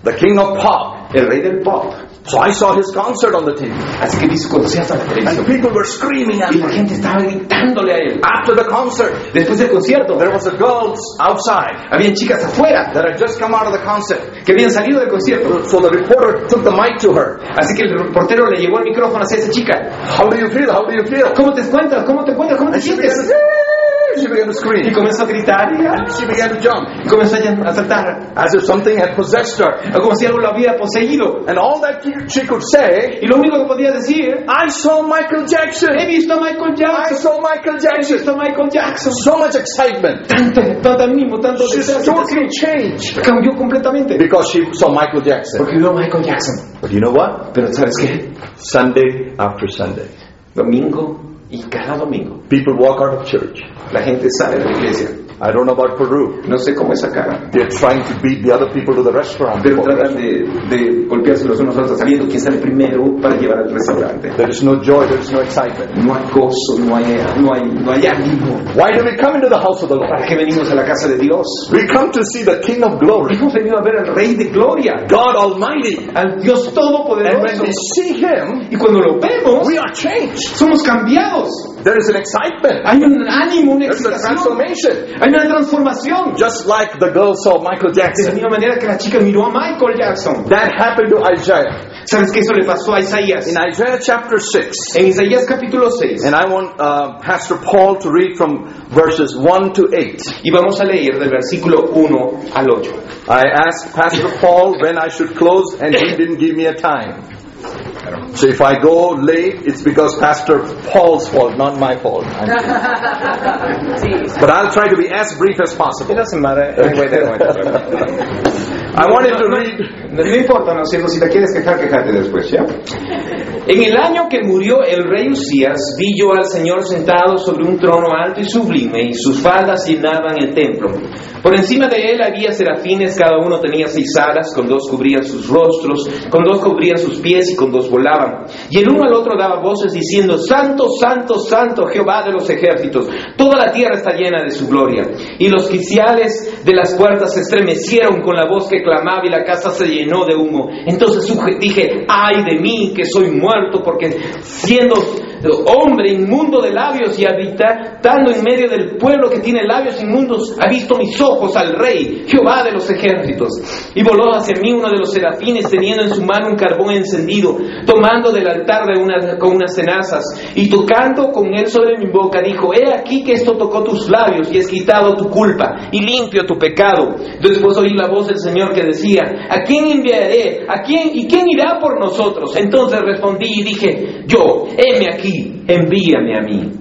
B: The king of pop.
A: El rey del pop.
B: So I saw his concert on the TV.
A: Así que vi su concierto en la
B: And
A: televisión.
B: people were screaming at
A: Y la
B: me.
A: gente estaba gritándole a él.
B: After the concert,
A: Después del concierto,
B: there was a girl outside
A: habían chicas afuera
B: that had just come out of the concert.
A: que habían salido del concierto.
B: So the reporter took the mic to her.
A: Así que el reportero le llevó el micrófono hacia esa chica.
B: How do you feel? How do you feel?
A: ¿Cómo te encuentras? ¿Cómo te encuentras? ¿Cómo te
B: And she began
A: sientes?
B: to, she began to
A: Y
B: scream.
A: comenzó a gritar y
B: She began to jump
A: comenzó a a saltar.
B: as if something had possessed her.
A: Como si algo lo había poseído.
B: And all that she could say,
A: Y lo único que podía decir,
B: I saw Michael Jackson.
A: he visto a Michael
B: I
A: Jackson,
B: saw Michael
A: he
B: Jackson.
A: visto a Michael Jackson.
B: So much excitement.
A: Tanto, tanto mimo, tanto
B: She's
A: deseo.
B: totally changed
A: Cambió completamente.
B: because she saw Michael Jackson.
A: Porque vio a Michael Jackson.
B: But you know what?
A: Pero ¿sabes qué?
B: Sunday after Sunday,
A: Domingo y cada domingo.
B: people walk out of church.
A: La gente sale de la iglesia.
B: I don't know about Peru.
A: No sé cómo es acá.
B: They're trying to beat the other people to the restaurant.
A: Pero tratan de, de golpearse los unos a los otros sabiendo quién sale primero para llevar al restaurante.
B: There is no joy. There is no excitement.
A: No hay gozo, no hay, no hay, no hay ánimo.
B: Why do we come into the house of the Lord?
A: ¿Para qué venimos a la casa de Dios?
B: We come to see the King of Glory,
A: Hemos venido a ver al Rey de Gloria,
B: God Almighty.
A: al Dios
B: And when
A: Todopoderoso.
B: we see Him,
A: Y cuando lo vemos,
B: we are changed.
A: somos cambiados.
B: There is an excitement.
A: Hay un ánimo, una
B: There's a
A: excitación.
B: transformation.
A: Hay una transformación.
B: Just like the girl saw Michael
A: De la
B: Jackson.
A: misma manera que la chica miró a Michael Jackson.
B: That happened to Isaiah.
A: ¿Sabes qué? Eso le pasó a Isaías.
B: In Isaiah chapter 6,
A: En Isaías capítulo 6.
B: and I want uh, Pastor Paul to read from verses 1 to 8.
A: Y vamos a leer del versículo 1 al 8.
B: I asked Pastor Paul when I should close, and he didn't give me a time. So if I go late, it's because Pastor Paul's fault, not my fault. I'm kidding. but I'll try to be as brief as possible.
A: Ah,
B: I wanted to read.
A: No, no importa, ¿no es cierto? Si te quieres quejar, quejate después, ¿ya? En el año que murió el rey Usías, vi yo al Señor sentado sobre un trono alto y sublime, y sus faldas llenaban el templo. Por encima de él había serafines, cada uno tenía seis alas, con dos cubrían sus rostros, con dos cubrían sus pies y con dos volaban. Y el uno al otro daba voces diciendo, Santo, Santo, Santo, Jehová de los ejércitos, toda la tierra está llena de su gloria. Y los quiciales de las puertas se estremecieron con la voz que clamaba y la casa se llenó de humo. Entonces suje- dije, ay de mí que soy muerto porque siendo hombre inmundo de labios y habitando en medio del pueblo que tiene labios inmundos, ha visto mis ojos al rey, Jehová de los ejércitos. Y voló hacia mí uno de los serafines teniendo en su mano un carbón encendido, tomando del altar de una, con unas cenazas y tocando con él sobre mi boca, dijo, he aquí que esto tocó tus labios y es quitado tu culpa y limpio tu pecado. Después oí la voz del Señor que decía, ¿a quién enviaré? ¿A quién? ¿Y quién irá por nosotros? Entonces respondí y dije, yo, heme aquí, envíame a mí.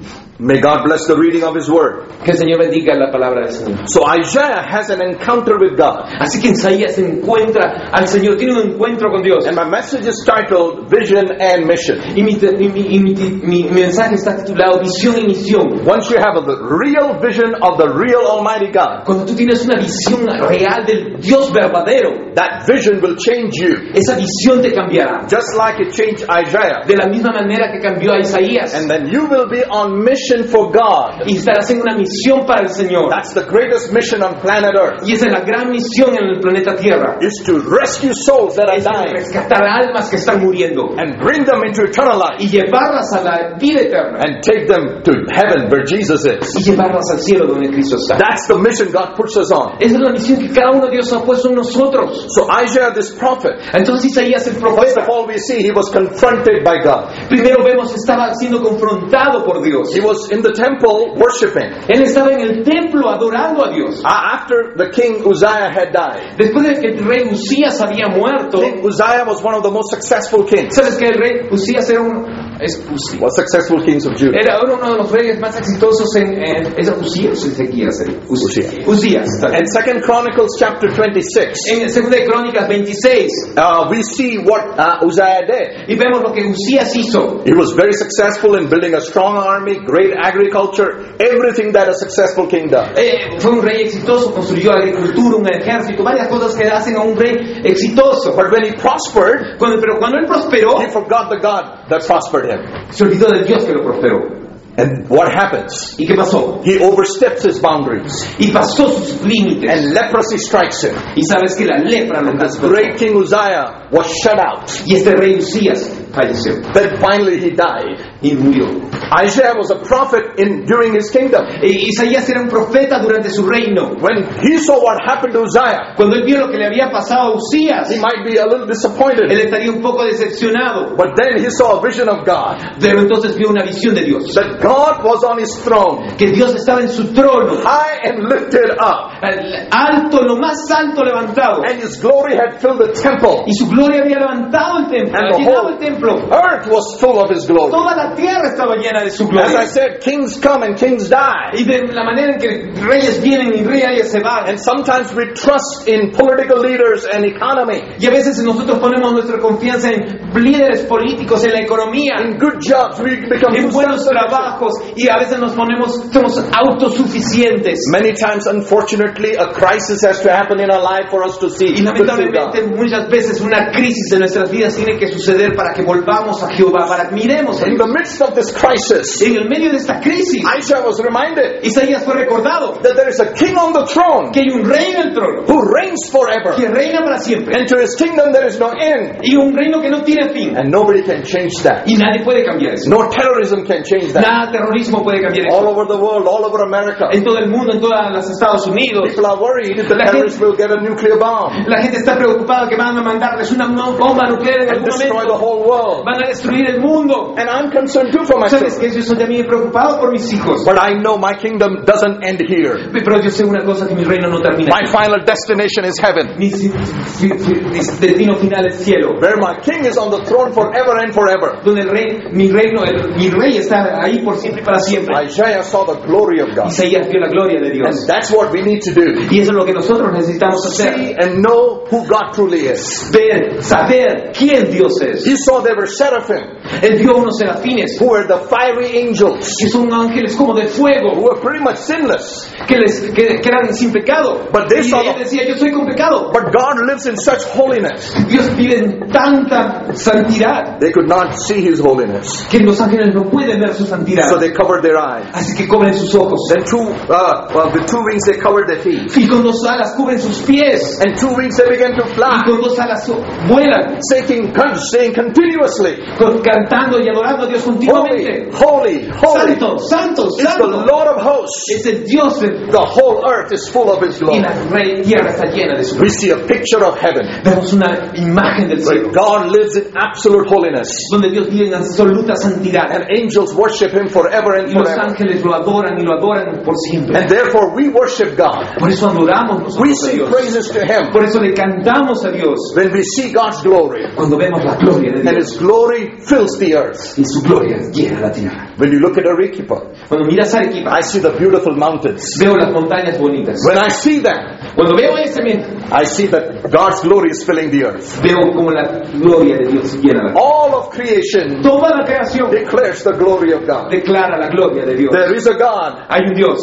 B: May God bless the reading of His Word.
A: Que el Señor bendiga la palabra del Señor.
B: So Isaiah has an encounter with God.
A: Así que Isaías se encuentra al Señor, tiene un encuentro con Dios.
B: And my message is titled Vision and Mission.
A: Y mi, y mi- y mi- mi- mi mensaje está titulado Visión y Misión.
B: Once you have a real vision of the real Almighty God,
A: Cuando tú tienes una visión real del Dios verdadero,
B: that vision will change you,
A: esa visión te cambiará.
B: just like it changed Isaiah.
A: De la misma manera que cambió a Isaías.
B: And then you will be on mission for God.
A: y estar haciendo una misión para el Señor.
B: That's the greatest mission on planet Earth.
A: Y esa es la gran misión en el planeta Tierra.
B: Is to rescue souls that are
A: Es
B: dying
A: rescatar almas que están muriendo
B: and bring them into eternal life
A: y llevarlas a la vida eterna
B: and take them to heaven where Jesus is.
A: y llevarlas al cielo donde Cristo está.
B: That's the mission God puts us on.
A: Esa es la misión que cada uno de Dios ha puesto en nosotros.
B: So Isaiah, this prophet,
A: Entonces Isaías el
B: first of
A: profeta,
B: all, we see he was confronted by God.
A: primero vemos estaba siendo confrontado por Dios.
B: He was in the temple worshiping
A: Él estaba en el templo adorando a Dios.
B: A- after the king Uzziah had died.
A: Después de que el rey Usías había muerto,
B: King Uzziah was one of the most successful kings.
A: ¿sabes que el rey Usías era un... es Usías.
B: Was successful kings of Judah.
A: Era era uno de los reyes más exitosos en... en- ¿Es Usías o Ezequías? el-
B: Usías.
A: Usías. está bien.
B: And Second Chronicles chapter 26,
A: En el segundo de Crónicas 26,
B: uh, we see what uh, Uzziah did.
A: y vemos lo que Usías hizo.
B: He was very successful in building a strong army, great agriculture, everything that a successful king does.
A: Eh, fue un rey exitoso, construyó agricultura, un ejército, varias cosas que hacen a un rey exitoso.
B: But when he prospered,
A: Cuando- pero cuando él prosperó,
B: he forgot the God that prospered him.
A: se olvidó del Dios que lo prosperó.
B: And what happens?
A: ¿Y qué pasó?
B: He oversteps his boundaries,
A: Y pasó sus límites.
B: and leprosy strikes him.
A: Y sabes que la lepra lo
B: This
A: castigó.
B: great king Uzziah was shut out.
A: Y este rey Usías falleció
B: Then finally he died.
A: y murió.
B: Isaiah was a prophet in during his kingdom.
A: E- Isaías era un profeta durante su reino.
B: When he saw what happened to Uzziah,
A: Cuando él vio lo que le había pasado a Usías,
B: he might be a little
A: él
B: disappointed.
A: estaría un poco decepcionado.
B: But then he saw a vision of God.
A: Pero entonces vio una visión de Dios.
B: That God was on his throne,
A: Que Dios estaba en su trono,
B: high and lifted up,
A: al- alto, lo más alto levantado.
B: and his glory had filled the temple.
A: Y su gloria había levantado el templo,
B: And
A: había
B: the
A: llenado
B: whole
A: el templo.
B: earth was full of his glory.
A: Toda la tierra estaba llena de su
B: As I
A: gloria.
B: said, kings come and kings die.
A: Y de la manera en que reyes vienen y reyes se van.
B: And sometimes we trust in political leaders and economy,
A: Y a veces nosotros ponemos nuestra confianza en líderes políticos, en la economía,
B: in good jobs. We become
A: en buenos trabajos y a veces nos ponemos, somos autosuficientes.
B: Many times, unfortunately, a crisis has to happen in our life for us to see.
A: Y lamentablemente muchas veces una crisis en nuestras vidas tiene que suceder para que volvamos a Jehová, para que miremos a
B: In
A: Dios.
B: the midst of this crisis,
A: En el medio de esta crisis,
B: Isaiah was reminded
A: Isaías fue recordado
B: that there is a king on the throne
A: que hay un rey en el trono
B: who reigns forever.
A: que reina para siempre
B: And to his kingdom there is no end.
A: y un reino que no tiene fin
B: And nobody can change that.
A: y nadie puede cambiar eso.
B: No terrorism can change that.
A: Nada terrorismo puede cambiar eso.
B: All over the world, all over America,
A: En todo el mundo, en todos los Estados Unidos,
B: people are worried that the
A: La gente-
B: terrorists will get a nuclear bomb
A: La gente está preocupada que van a mandarles una no- bomba nuclear en
B: and
A: algún
B: destroy
A: momento.
B: the whole world.
A: Van a destruir el mundo.
B: And I'm concerned too for my
A: Sabes
B: children.
A: que yo soy también preocupado por mis hijos.
B: But I know my kingdom doesn't end here.
A: Pero yo sé una cosa que mi reino no termina.
B: My final destination is heaven,
A: Mi, si- si- mi destino final es cielo.
B: where my king is on the throne forever and forever.
A: Donde el rey, mi reino, el- mi rey está ahí por siempre y para siempre.
B: Isaiah saw the glory of God.
A: Isaías vio la gloria de
B: And
A: Dios.
B: that's what we need to do.
A: Y eso es lo que nosotros necesitamos
B: See
A: hacer.
B: and know who God truly is.
A: Ver, saber quién Dios es.
B: He saw there were seraphim,
A: Él vio unos serafines
B: who were the fiery angels,
A: que son ángeles como de fuego.
B: who were pretty much sinless.
A: que, les, que, que eran sin pecado.
B: But they
A: y
B: saw-
A: él decía, yo soy con pecado.
B: But God lives in such holiness,
A: Dios pide tanta santidad
B: they could not see His holiness.
A: que los ángeles no pueden ver su santidad.
B: So they covered their eyes.
A: Así que cubren sus ojos.
B: Then two, uh, well, with two wings they covered their feet.
A: Y con dos alas cubren sus pies.
B: And two wings they began to
A: Y
B: fly,
A: con dos alas so- vuelan,
B: saying, con- saying continuously,
A: con- cantando y adorando a Dios
B: Holy,
A: continuamente.
B: holy, holy
A: Santo, santo,
B: is the
A: santo.
B: Lord of hosts.
A: Es el Dios de-
B: The whole earth is full of His
A: y
B: glory.
A: la rey tierra está llena de su
B: We see a picture of heaven
A: Vemos una imagen del
B: where
A: cielo
B: God lives in absolute holiness.
A: donde Dios vive en absoluta santidad.
B: and angels worship him forever and
A: Y los
B: forever.
A: ángeles lo adoran y lo adoran por siempre.
B: And therefore we worship God.
A: Por eso adoramos
B: We
A: nosotros a
B: sing
A: Dios.
B: praises to him
A: Por eso le cantamos a Dios
B: when we see God's glory.
A: cuando vemos la gloria de
B: And
A: Dios.
B: his glory fills the earth.
A: Y su gloria llena la tierra.
B: When you look at Arequipa,
A: Cuando miras Arequipa,
B: I see the beautiful mountains.
A: veo las montañas bonitas.
B: When I see them,
A: Cuando veo ese men-
B: I see that God's glory is filling the earth.
A: veo como la gloria de Dios llena la tierra.
B: All of creation
A: Toda la creación
B: declares the glory of God.
A: declara la gloria de Dios.
B: There is a God
A: Hay un Dios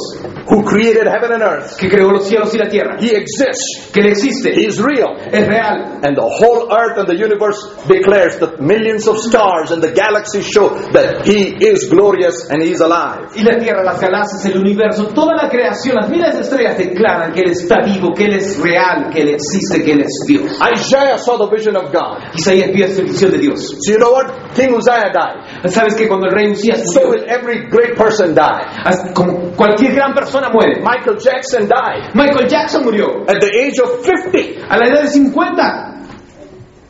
B: who created heaven and earth.
A: que creó los cielos y la tierra,
B: He exists.
A: que le existe,
B: He is real.
A: es real.
B: And the whole earth and the universe declares that millions of stars and the galaxies show that He is glorious and He's alive.
A: Y la tierra, las galaxias, el universo, toda la creación, las miles de estrellas declaran que Él está vivo, que Él es real, que Él existe, que Él es Dios.
B: Isaiah saw the vision of God.
A: Isaías vio esta visión de Dios.
B: So you know what? King Uzziah died.
A: Sabes que cuando el rey Usías
B: So
A: murió,
B: will every great person die.
A: as- como cualquier gran persona muere.
B: Michael Jackson died
A: Michael Jackson murió
B: at the age of 50.
A: a la edad de 50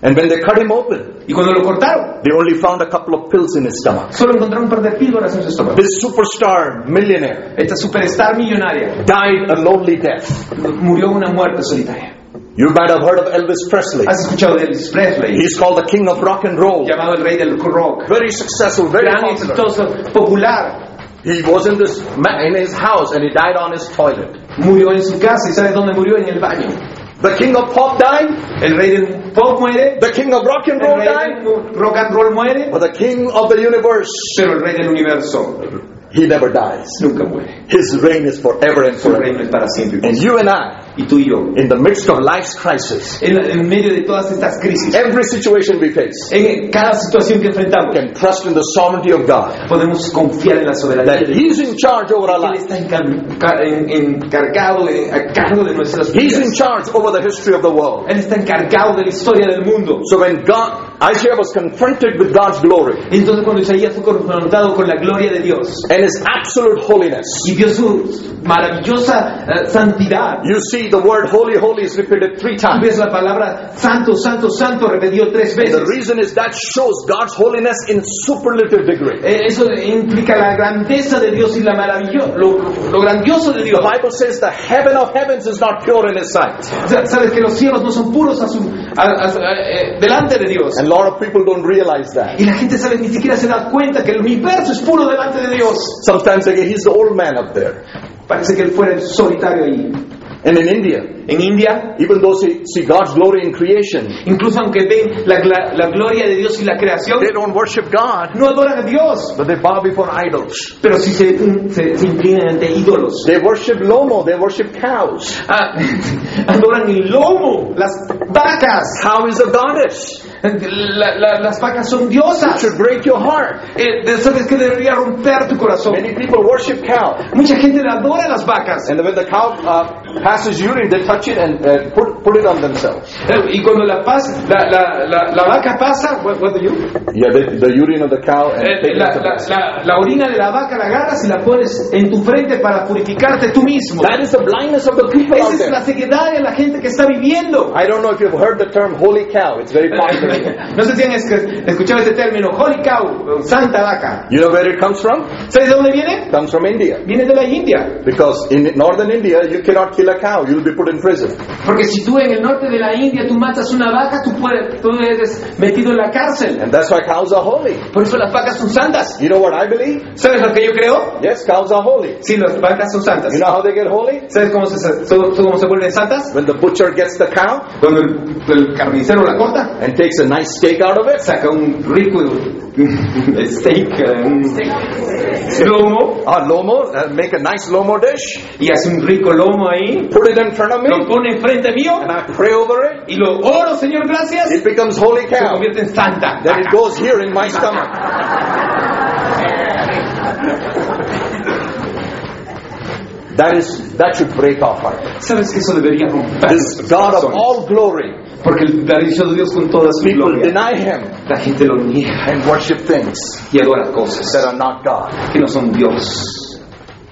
B: And when they cut him open,
A: y cuando lo cortaron,
B: they only found a couple of pills in his stomach.
A: solo encontraron un par de píldoras en su estómago.
B: This superstar millionaire
A: Esta superstar millonaria
B: died a lonely death.
A: murió una muerte solitaria.
B: You might have heard of Elvis Presley.
A: ¿Has escuchado de Elvis Presley?
B: He's called the king of rock and roll.
A: Llamado el rey del rock.
B: Very successful, very
A: Gran
B: popular.
A: exitoso, popular,
B: He was in this ma- in his house and he died on his toilet.
A: murió en su casa y ¿sabes dónde murió? En el baño.
B: The king of pop died.
A: El rey del pop muere,
B: The king of rock and
A: el
B: roll
A: rey
B: died.
A: del rock and roll muere,
B: But the king of the universe,
A: pero el rey del universo
B: he never dies.
A: nunca muere.
B: His reign is forever and
A: Su
B: forever.
A: reino es para siempre.
B: And you and I,
A: Y tú y yo,
B: in the midst of life's crisis,
A: en, en medio de todas estas crisis,
B: every situation we face,
A: en cada situación que enfrentamos,
B: can trust in the sovereignty of God.
A: podemos confiar en la soberanía.
B: That
A: de Dios.
B: He's in charge over our
A: Él
B: life.
A: está encar- ca- en- encargado, eh, a cargo de nuestras
B: He's in
A: vidas.
B: charge over the history of the world.
A: Él está encargado de la historia del mundo.
B: So when God, Isaiah was confronted with God's glory
A: Entonces cuando Isaías fue confrontado con la gloria de Dios
B: and His absolute holiness,
A: y vio su maravillosa eh, santidad,
B: you see the word holy, holy is repeated three
A: Tal
B: times.
A: vez la palabra santo, santo, santo repetido tres
B: The
A: veces.
B: reason is that shows God's holiness in superlative degree.
A: Eh, Eso implica la grandeza de Dios y la maravillo, lo, lo grandioso de
B: The
A: Dios.
B: Bible says the heaven of heavens is not pure in His sight.
A: Sa- Sabes que los cielos no son puros a su- a- a- a- eh, delante de Dios.
B: And a lot of people don't realize that.
A: Y la gente sabe ni siquiera se da cuenta que el universo es puro delante de Dios.
B: Sometimes they get, He's the old man up there.
A: Parece que él fuera el solitario ahí.
B: And in India,
A: En India,
B: even though they see God's glory in creation,
A: incluso aunque ven la, gla- la gloria de Dios y la creación,
B: they don't worship God,
A: no adoran a Dios.
B: but they bow before idols.
A: Pero sí se, mm, se- se inclinan ante ídolos.
B: They worship Lomo, they worship cows.
A: Ah, adoran el lomo, las vacas.
B: Cow is a goddess.
A: La- la- las vacas son
B: It
A: diosas.
B: should break your heart.
A: Eh, de- ¿Sabes que debería romper tu corazón?
B: Many people worship cow.
A: Mucha gente le adora a las vacas.
B: And when the cow uh, passes urine, they touch it and uh, put, put it on themselves.
A: Eh, y cuando la, pas- la, la, la, la vaca pasa, what- what do you?
B: Yeah, the, the urine of the cow and
A: Eh,
B: take it
A: la,
B: off the
A: la-
B: breast.
A: la- la orina de la vaca la agarras y la pones en tu frente para purificarte tú mismo.
B: That is the blindness of the people
A: Esa
B: out
A: es
B: there.
A: la ceguedad de la gente que está viviendo.
B: I don't know if you've heard the term holy cow. It's very popular.
A: No sé si han es- escuchado este término, holy cow, eh, santa vaca.
B: you know where it comes from? It
A: ¿Sabes de dónde viene?
B: comes from India.
A: Viene de la India.
B: Because in northern India, you cannot kill a cow. You'll be put in prison.
A: Porque si tú en el norte de la India tú matas una vaca, tú, puedes, tú eres metido en la cárcel.
B: And that's why cows are holy.
A: Por eso las vacas son santas.
B: You know what I believe?
A: ¿Sabes lo que yo creo?
B: Yes, cows are holy.
A: Sí, las vacas son santas.
B: You know how they get holy?
A: ¿Sabes cómo se, sa- so- so- cómo se vuelven santas?
B: When the butcher gets the cow
A: Cuando el, el carnicero la corta,
B: and takes a nice steak out of it.
A: saca un rico steak, eh, un lomo,
B: Ah, lomo, uh, make a nice lomo dish,
A: y hace un rico lomo ahí,
B: put it in front of
A: lo
B: me,
A: pone enfrente mío,
B: and I pray over it.
A: y lo oro, Señor, gracias,
B: It becomes holy
A: se
B: cow.
A: convierte en santa.
B: Then it goes here in my stomach. That is that should break our heart.
A: ¿Sabes que eso debería romper?
B: This God of all glory.
A: Porque el maravilloso Dios con toda su
B: People
A: gloria.
B: deny him
A: La gente lo niega
B: and worship things
A: y adora cosas
B: that are not God.
A: que no son Dios.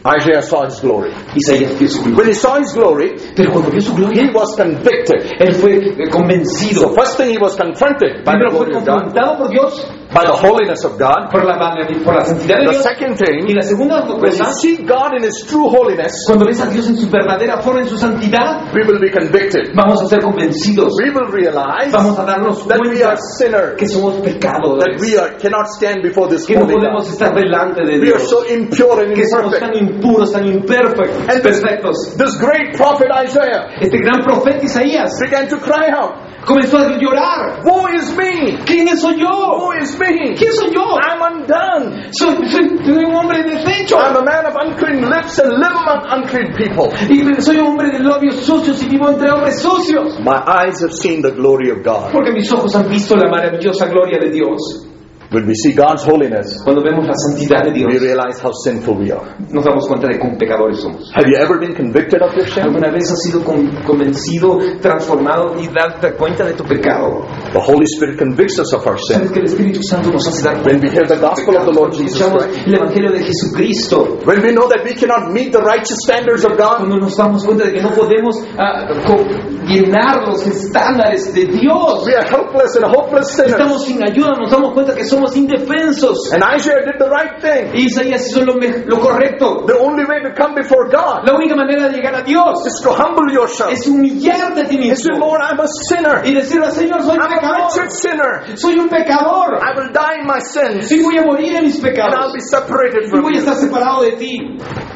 B: Isaiah saw his glory.
A: Isaías vio su gloria.
B: When he saw his glory,
A: Pero cuando vio su gloria,
B: he was convicted.
A: él fue eh,
B: So
A: convencido.
B: first thing he was confronted by the
A: Primero fue
B: glory of God,
A: confrontado por Dios,
B: by the holiness of God.
A: por la, madre- por la santidad de
B: The
A: Dios.
B: second
A: Y
B: thing,
A: la segunda
B: when we
A: cosa,
B: see God in his true holiness,
A: cuando ves a Dios en su verdadera forma, en su santidad,
B: we will be convicted.
A: vamos a ser convencidos.
B: We will realize
A: Vamos a darnos
B: that we
A: cuenta
B: are sinners,
A: que somos
B: that
A: pecadores,
B: we are, cannot stand before this
A: que no
B: holy God.
A: podemos estar delante de
B: We are
A: Dios,
B: so impure and
A: que somos
B: imperfect.
A: tan impuros, tan imperfectos, perfectos.
B: This great prophet Isaiah
A: Este gran profeta Isaías
B: began to cry out,
A: comenzó a llorar.
B: Woe is me!
A: ¿Quién soy yo?
B: Woe is me!
A: ¿Quién soy yo?
B: I'm undone!
A: Soy, soy- soy un hombre deshecho.
B: I'm a man of unclean lips and live among unclean people.
A: Y soy un hombre de labios sucios y vivo entre hombres sucios.
B: My eyes have seen the glory of God.
A: Porque mis ojos han visto la maravillosa gloria de Dios.
B: When we see God's holiness,
A: Cuando vemos la santidad de
B: we
A: Dios,
B: realize how sinful we are.
A: nos damos cuenta de cuán pecadores somos.
B: Have you ever been convicted of your sin?
A: ¿Alguna vez has sido con- convencido, transformado y darte cuenta de tu pecado?
B: The Holy Spirit convicts us of our sin
A: Sabes que el Espíritu Santo nos hace dar
B: when
A: cuenta.
B: we hear the gospel of the Lord Jesus
A: Escuchamos
B: Christ.
A: el Evangelio de Jesucristo.
B: When we know that we cannot meet the righteous standards of God,
A: Cuando nos damos cuenta de que no podemos ah, co- llenar los estándares de Dios.
B: we are helpless and hopeless sinners.
A: Estamos sin ayuda, nos damos cuenta que somos indefensos.
B: And Isaiah did the right thing.
A: Isaías hizo lo, me- lo correcto.
B: The only way to come before God
A: La única manera de llegar a Dios
B: is to humble yourself.
A: es humillarte a ti
B: And say,
A: mismo
B: Lord, I'm a sinner.
A: y decirle, Señor, soy
B: I'm a
A: pecador.
B: wretched sinner.
A: Soy un pecador.
B: I will die in my sins.
A: Sí voy a morir en mis
B: And I'll
A: pecados.
B: be separated
A: Y
B: from
A: voy a
B: you.
A: estar separado de ti.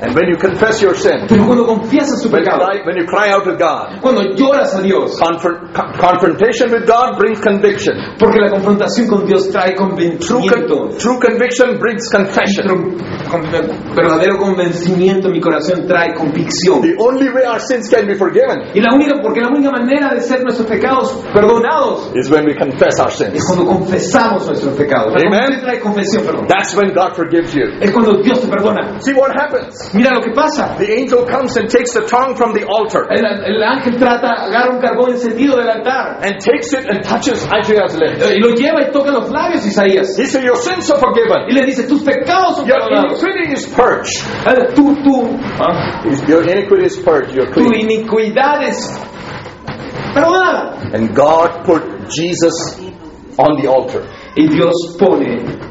B: And when you confess your sin,
A: Pero cuando confiesas tu
B: when you
A: pecado,
B: cry, when you cry out to God,
A: cuando lloras a Dios,
B: confront, con- confrontation with God brings conviction.
A: porque la confrontación con Dios trae
B: True,
A: convencimiento.
B: con- true conviction brings confession.
A: Tru- con- Verdadero convencimiento en mi corazón trae convicción.
B: The only way our sins can be forgiven
A: Y la única, porque la única manera de ser nuestros pecados perdonados
B: is when we confess our
A: es
B: sins.
A: cuando confesamos nuestros pecados. La
B: Amen.
A: confesión trae confesión, perdón.
B: That's when God forgives you.
A: Es cuando Dios te perdona.
B: See what happens.
A: Mira lo que pasa.
B: The angel comes and takes the tongue from the altar
A: El, el ángel trata, agarra un carbón encendido del altar
B: and takes it and touches Isaiah's lips.
A: eh, y lo lleva y toca los labios, Isaías.
B: He said, Your sins are forgiven.
A: Y le dice, tus pecados son
B: Your
A: perdonados.
B: iniquity is purged.
A: Eh, Tú, tú, ah,
B: Your iniquity is purged. You're
A: tu
B: clean.
A: iniquidad es perdonada.
B: And God put Jesus on the altar.
A: Y Dios pone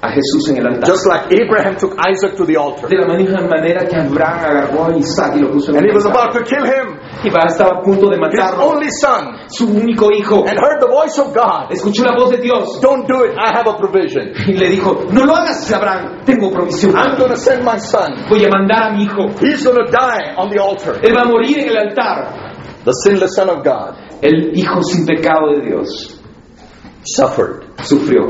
A: a Jesús en el altar.
B: Just like Abraham took Isaac to the altar.
A: De la misma manera que Abraham agarró a Isaac y lo puso en
B: And
A: el
B: he was
A: altar.
B: about to kill him,
A: Y va- estaba a punto de
B: his
A: matarlo.
B: only son,
A: Su único hijo.
B: and heard the voice of God.
A: Escuchó la voz de Dios
B: Don't do it. I have a provision.
A: y le dijo, no lo hagas, Abraham, tengo provisión.
B: I'm going to send my son.
A: Voy a mandar a mi hijo.
B: He's going to die on the altar.
A: Él va a morir en el altar.
B: The sinless son of God
A: El hijo sin pecado de Dios
B: suffered
A: sufrió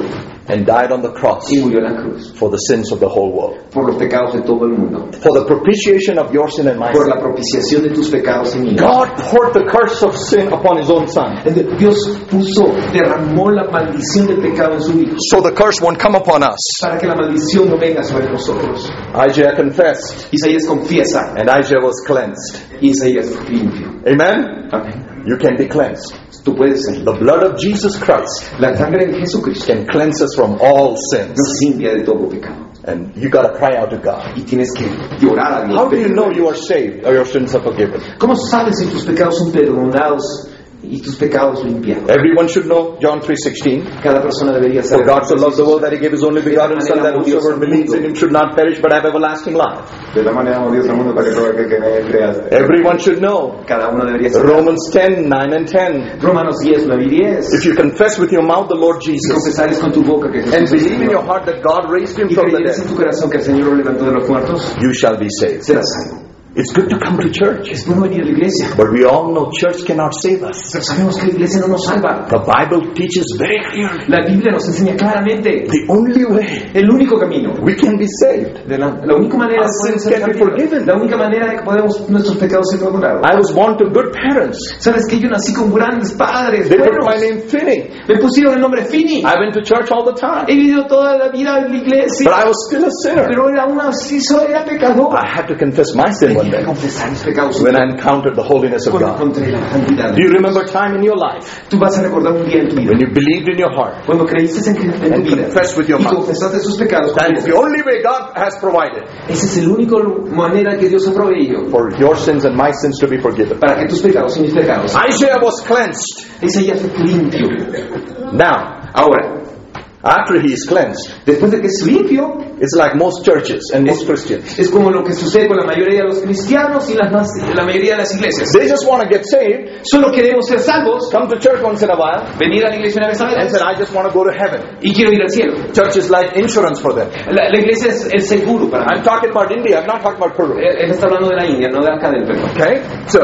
B: and died on the cross
A: y murió en la cruz
B: for the sins of the whole world.
A: por los pecados de todo el mundo,
B: For the propitiation of your sin and my
A: por
B: sin.
A: la propiciación de tus pecados y míos.
B: God poured the curse of sin upon his own son.
A: Dios puso, derramó la maldición del pecado en su hijo
B: So the curse won't come upon us.
A: para que la maldición no venga sobre nosotros.
B: Isaiah confessed
A: Isaías confiesa
B: and Isaiah was cleansed.
A: y Isaías es limpio.
B: Amen?
A: Amén.
B: You can be cleansed.
A: Tú puedes ser.
B: The blood of Jesus Christ
A: La sangre de Jesucristo
B: can cleanse us from all sins.
A: nos limpia de todo pecado
B: And you got to cry out to God.
A: y tienes que llorar a Dios.
B: How do you know you are saved or your sins are forgiven?
A: ¿Cómo sabes si tus pecados son perdonados y tus pecados limpiados?
B: Everyone should know John 3:16.
A: Cada persona debería saber.
B: For God so loved the world that he gave his only begotten son that whosoever believes in him should not perish but have everlasting life.
A: De la manera como Dios al mundo para que todo aquel que en él crea.
B: Everyone should know
A: Cada uno debería ser.
B: Romans 10:9 and 10.
A: Romanos 10, 9 y 10.
B: If you confess with your mouth the Lord
A: Si
B: Jesus
A: confesares con tu boca que Jesús
B: and
A: es el
B: believe in your
A: Señor
B: heart that God raised him
A: y
B: from the
A: creyeres en
B: dead,
A: tu corazón que el Señor lo levantó de los muertos,
B: you shall be saved.
A: serás salvo.
B: It's good to come to church,
A: Es bueno venir a la iglesia,
B: but we all know church cannot save us.
A: pero sabemos que la iglesia no nos salva.
B: The Bible teaches very clearly
A: La Biblia nos enseña claramente
B: the only way
A: el único camino.
B: we can be saved.
A: De la, la única manera de
B: Our
A: poder
B: sins
A: ser
B: can be
A: cambiados.
B: forgiven.
A: la única manera de que podemos nuestros pecados ser perdonados.
B: I was born to good parents.
A: Sabes que yo nací con grandes padres,
B: They put
A: buenos.
B: my name Finney.
A: Me pusieron el nombre Fini.
B: I went to church all the time.
A: He vivido toda la vida en la iglesia,
B: But I was still a sinner.
A: pero era una sí, solo era pecador.
B: I had to confess my sin one
A: Tenía que
B: day
A: confesar mis pecados
B: when I encountered the holiness of
A: cuando
B: God.
A: encontré la santidad.
B: Do you remember a time in your life
A: Tú vas a recordar un día en tu vida
B: when you believed in your heart?
A: cuando creíste en, que- en
B: And
A: tu vida
B: confess with your
A: y
B: mouth.
A: confesaste sus pecados. con tu
B: That is
A: boca.
B: the only way God has provided
A: Esa es la única manera que Dios ha proveído
B: for your sins and my sins to be forgiven.
A: para que tus pecados y mis pecados.
B: Isaiah was cleansed.
A: Ese ya fue limpio.
B: Now,
A: Ahora,
B: after he is cleansed,
A: después de que es limpio,
B: it's like most churches and most Christians.
A: es como lo que sucede con la mayoría de los cristianos y las más- la mayoría de las iglesias.
B: They just want to get saved,
A: Solo queremos ser salvos,
B: come to church once in a while,
A: venir a la iglesia una vez a
B: and
A: vez
B: say, I just want to go to heaven.
A: y quiero ir al cielo.
B: Church is like insurance for them.
A: La, la iglesia es el seguro para mí.
B: I'm talking about India, I'm not talking about Peru.
A: Él él está hablando de la India, no de acá del Perú.
B: Okay? So,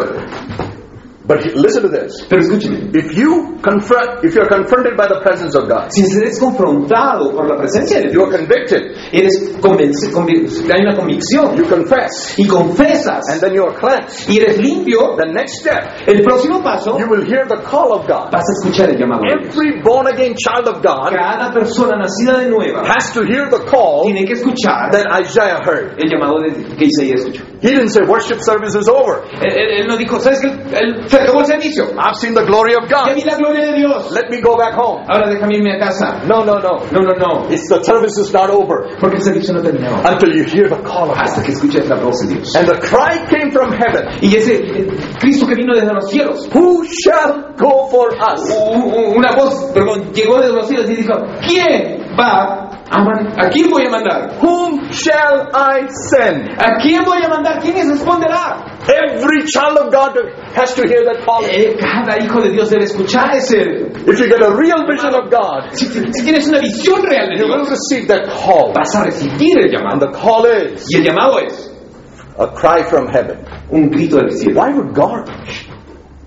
B: But he- listen to this.
A: Pero escúcheme,
B: If you confront, if you're confronted by the presence of God,
A: si eres confrontado por la presencia de
B: you
A: Dios,
B: are convicted,
A: eres convence- convi- hay una convicción
B: you confess,
A: y confesas
B: and then you are cleansed.
A: y eres limpio,
B: The next step,
A: el próximo paso
B: you will hear the call of God.
A: vas a escuchar el llamado de Dios.
B: Every born again child of God
A: Cada persona nacida de nueva
B: has to hear the call
A: tiene que escuchar
B: that Isaiah heard.
A: el llamado de, que Isaías escuchó.
B: He didn't say worship service is over.
A: Él, él- él no dijo, ¿sabes qué? Él- se acabó el servicio.
B: I've seen the glory of
A: Ya
B: God.
A: vi la gloria de Dios.
B: Let me go back home.
A: Ahora déjame irme a casa.
B: No, no, no.
A: No, no, no.
B: It's the service is not over
A: Porque el servicio no terminó.
B: until you hear the call of God.
A: Hasta que escuches la voz de Dios.
B: And the cry came from heaven.
A: Y ese eh, Cristo que vino desde los cielos.
B: Who shall go for us?
A: u- u- Una voz, perdón, llegó desde los cielos y dijo, ¿quién va a mandar? ¿A quién voy a mandar?
B: Whom shall I send?
A: ¿A quién voy a mandar? ¿Quién les responderá?
B: Every child of God has to hear that call.
A: Eh, cada hijo de Dios debe escuchar ese.
B: If you get a real vision of God,
A: Si, si tienes una visión real de
B: you will
A: Dios,
B: receive that call.
A: vas a recibir el
B: And
A: llamado.
B: the call is
A: Y el llamado es
B: a cry from heaven.
A: un grito del cielo.
B: Why would God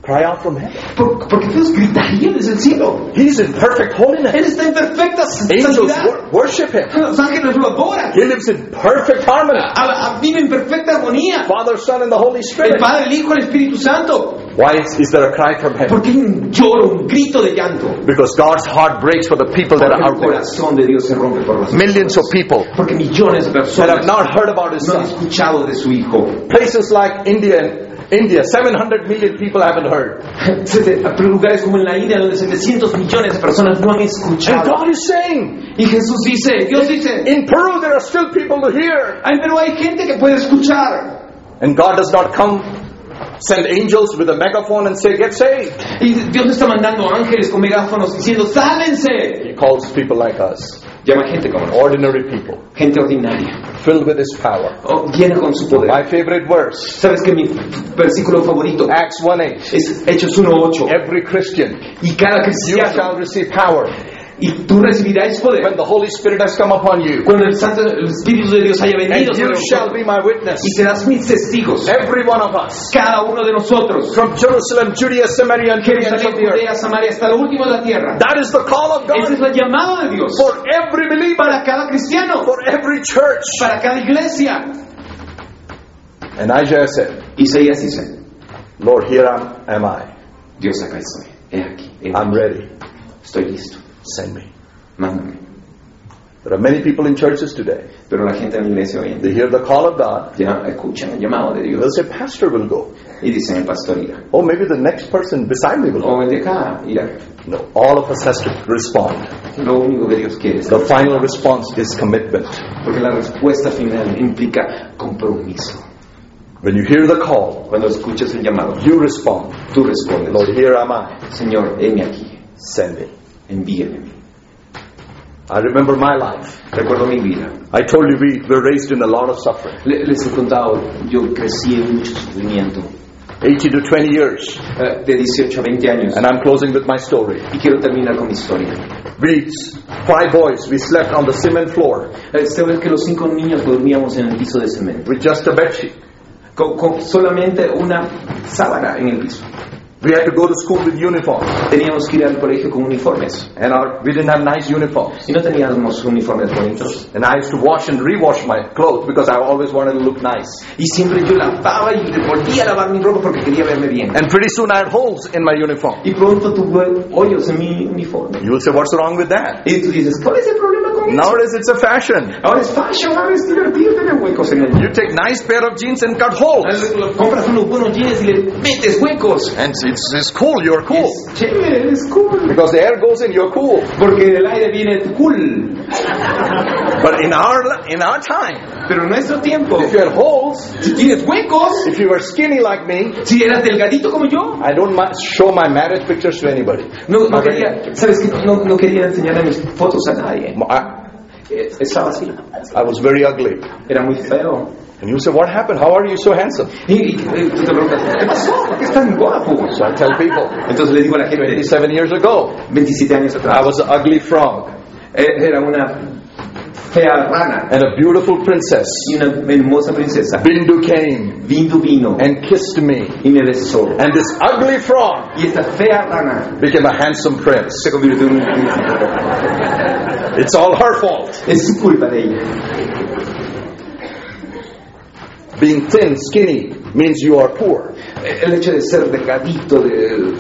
B: cry out from heaven?
A: ¿Por, porque Dios gritaría desde el cielo.
B: He's in perfect holiness.
A: Él está en perfecta
B: Angels
A: santidad.
B: wor- worship him.
A: Los ángeles lo adoran.
B: He lives in perfect harmony.
A: A- a- Vive en perfecta armonía.
B: Father, Son, and the Holy
A: El
B: Spirit.
A: Padre, el Hijo, el Espíritu Santo.
B: Why is, is there a cry from heaven?
A: ¿Por qué hay un lloro, un grito de llanto?
B: Because God's heart breaks for the people that
A: Porque
B: are
A: el
B: out there.
A: corazón de Dios se rompe por las
B: Millions of people
A: Porque millones de
B: that have
A: personas
B: not heard about His
A: no han
B: Son.
A: escuchado de su Hijo.
B: Places like India, India, 700 million people haven't heard.
A: Sete- Lugares como en la India donde 700 millones de personas no han
B: And
A: escuchado.
B: God is saying,
A: Y Jesús dice, Dios dice,
B: in Peru there are still people to hear.
A: ay, pero hay gente que puede escuchar.
B: And God does not come, send angels with a megaphone and say, get saved.
A: Y Dios no está mandando ángeles con megáfonos diciendo, sálense.
B: He calls people like us,
A: Llama gente como nosotros,
B: ordinary people,
A: gente ordinaria,
B: filled with His power.
A: o llena con su poder.
B: My favorite verse,
A: ¿Sabes que mi versículo favorito
B: Acts 1 8.
A: es Hechos 1.8?
B: Every Christian,
A: Y cada
B: you
A: cristiano,
B: shall receive power
A: y tú recibirás poder
B: when the Holy Spirit has come upon you,
A: cuando el Santo el Espíritu de Dios haya
B: and
A: venido sobre
B: you shall
A: nosotros.
B: be my witness.
A: y serás mis testigos,
B: Every one of us,
A: cada uno de nosotros,
B: from Jerusalem, Judea, Samaria, and to the ends
A: Jerusalén,
B: of the earth.
A: Judea, Samaria, hasta lo último de la tierra.
B: That is the call of
A: Ese es
B: God
A: el llamado de Dios
B: for every believer,
A: para cada cristiano,
B: for every church.
A: para cada iglesia.
B: And Isaiah said,
A: Isaías dice,
B: Lord, here am, am I.
A: Dios acá estoy, he aquí, he aquí,
B: I'm ready.
A: estoy listo,
B: Send me.
A: mándame.
B: There are many people in churches today.
A: Pero la gente en la iglesia hoy en día
B: They hear the call of God.
A: ya escucha el llamado de
B: They'll
A: Dios
B: say, Pastor will go.
A: y dicen, el pastor irá,
B: Oh, maybe the next person beside me will go.
A: o el de acá irá.
B: No, all of us has to respond.
A: Lo único que Dios quiere es
B: The final response is commitment.
A: Porque la respuesta final implica compromiso.
B: When you hear the call,
A: Cuando escuchas el llamado,
B: you respond.
A: tú respondes,
B: Lord, here am I.
A: Señor, heme aquí,
B: Send me.
A: envíame.
B: I remember my life.
A: Recuerdo mi vida.
B: I told you we were raised in a lot of suffering.
A: Le- les he contado, yo crecí en mucho sufrimiento,
B: 80 to 20 years.
A: eh, de 18 a 20 años.
B: And I'm closing with my story.
A: Y quiero terminar con mi historia.
B: We, five boys, we slept on the cement floor
A: Este vez que los cinco niños dormíamos en el piso de cemento,
B: with just a bed sheet.
A: con, con solamente una sábana en el piso.
B: We had to go to school with uniforms.
A: Teníamos que ir al colegio con uniformes,
B: And our, we didn't have nice uniforms.
A: y no teníamos uniformes bonitos.
B: And I used to wash and rewash my clothes because I always wanted to look nice.
A: Y siempre yo lavaba y volvía a lavar mi ropa porque quería verme bien.
B: And pretty soon I had holes in my uniform.
A: Y pronto tuve hoyos en mi uniforme.
B: You will say, what's wrong with that?
A: Y tú dices, ¿cuál es el problema con eso?
B: Nowadays it's a fashion.
A: Ahora es fashion, ahora es divertido tener huecos en el
B: You take nice pair of jeans and cut holes.
A: Compras unos buenos jeans y le metes huecos.
B: And it's, it's cool, you're cool.
A: Es chévere, es cool.
B: Because the air goes in, you're cool.
A: Porque del aire viene el cool.
B: But in our, li- in our time,
A: Pero en nuestro tiempo,
B: if you had holes,
A: si tienes huecos,
B: if you were skinny like me,
A: si eras delgadito como yo,
B: I don't ma- show my marriage pictures to anybody.
A: no, no
B: My
A: quería, ¿sabes qué? No, no quería enseñarle mis fotos a nadie.
B: wedding- I,
A: Eh, Estaba así,
B: I was very ugly.
A: era muy feo.
B: And you say, What happened? How are you so handsome?
A: Y, y- y tú te preguntas, ¿qué pasó? ¿Por qué es tan guapo?
B: So I tell people,
A: Entonces le digo a la gente,
B: 27 years ago,
A: 27 años
B: I
A: atrás,
B: was an ugly frog.
A: eh, era una fea rana
B: and a beautiful princess.
A: y una hermosa princesa.
B: Bindu came
A: Bindu vino
B: and kissed me,
A: y me besó.
B: and this ugly frog
A: Y esta fea rana
B: became a handsome prince.
A: se convirtió en un príncipe.
B: It's all her fault.
A: Es su culpa de ella.
B: Being thin, skinny means you are poor.
A: El hecho de ser delgadito, de,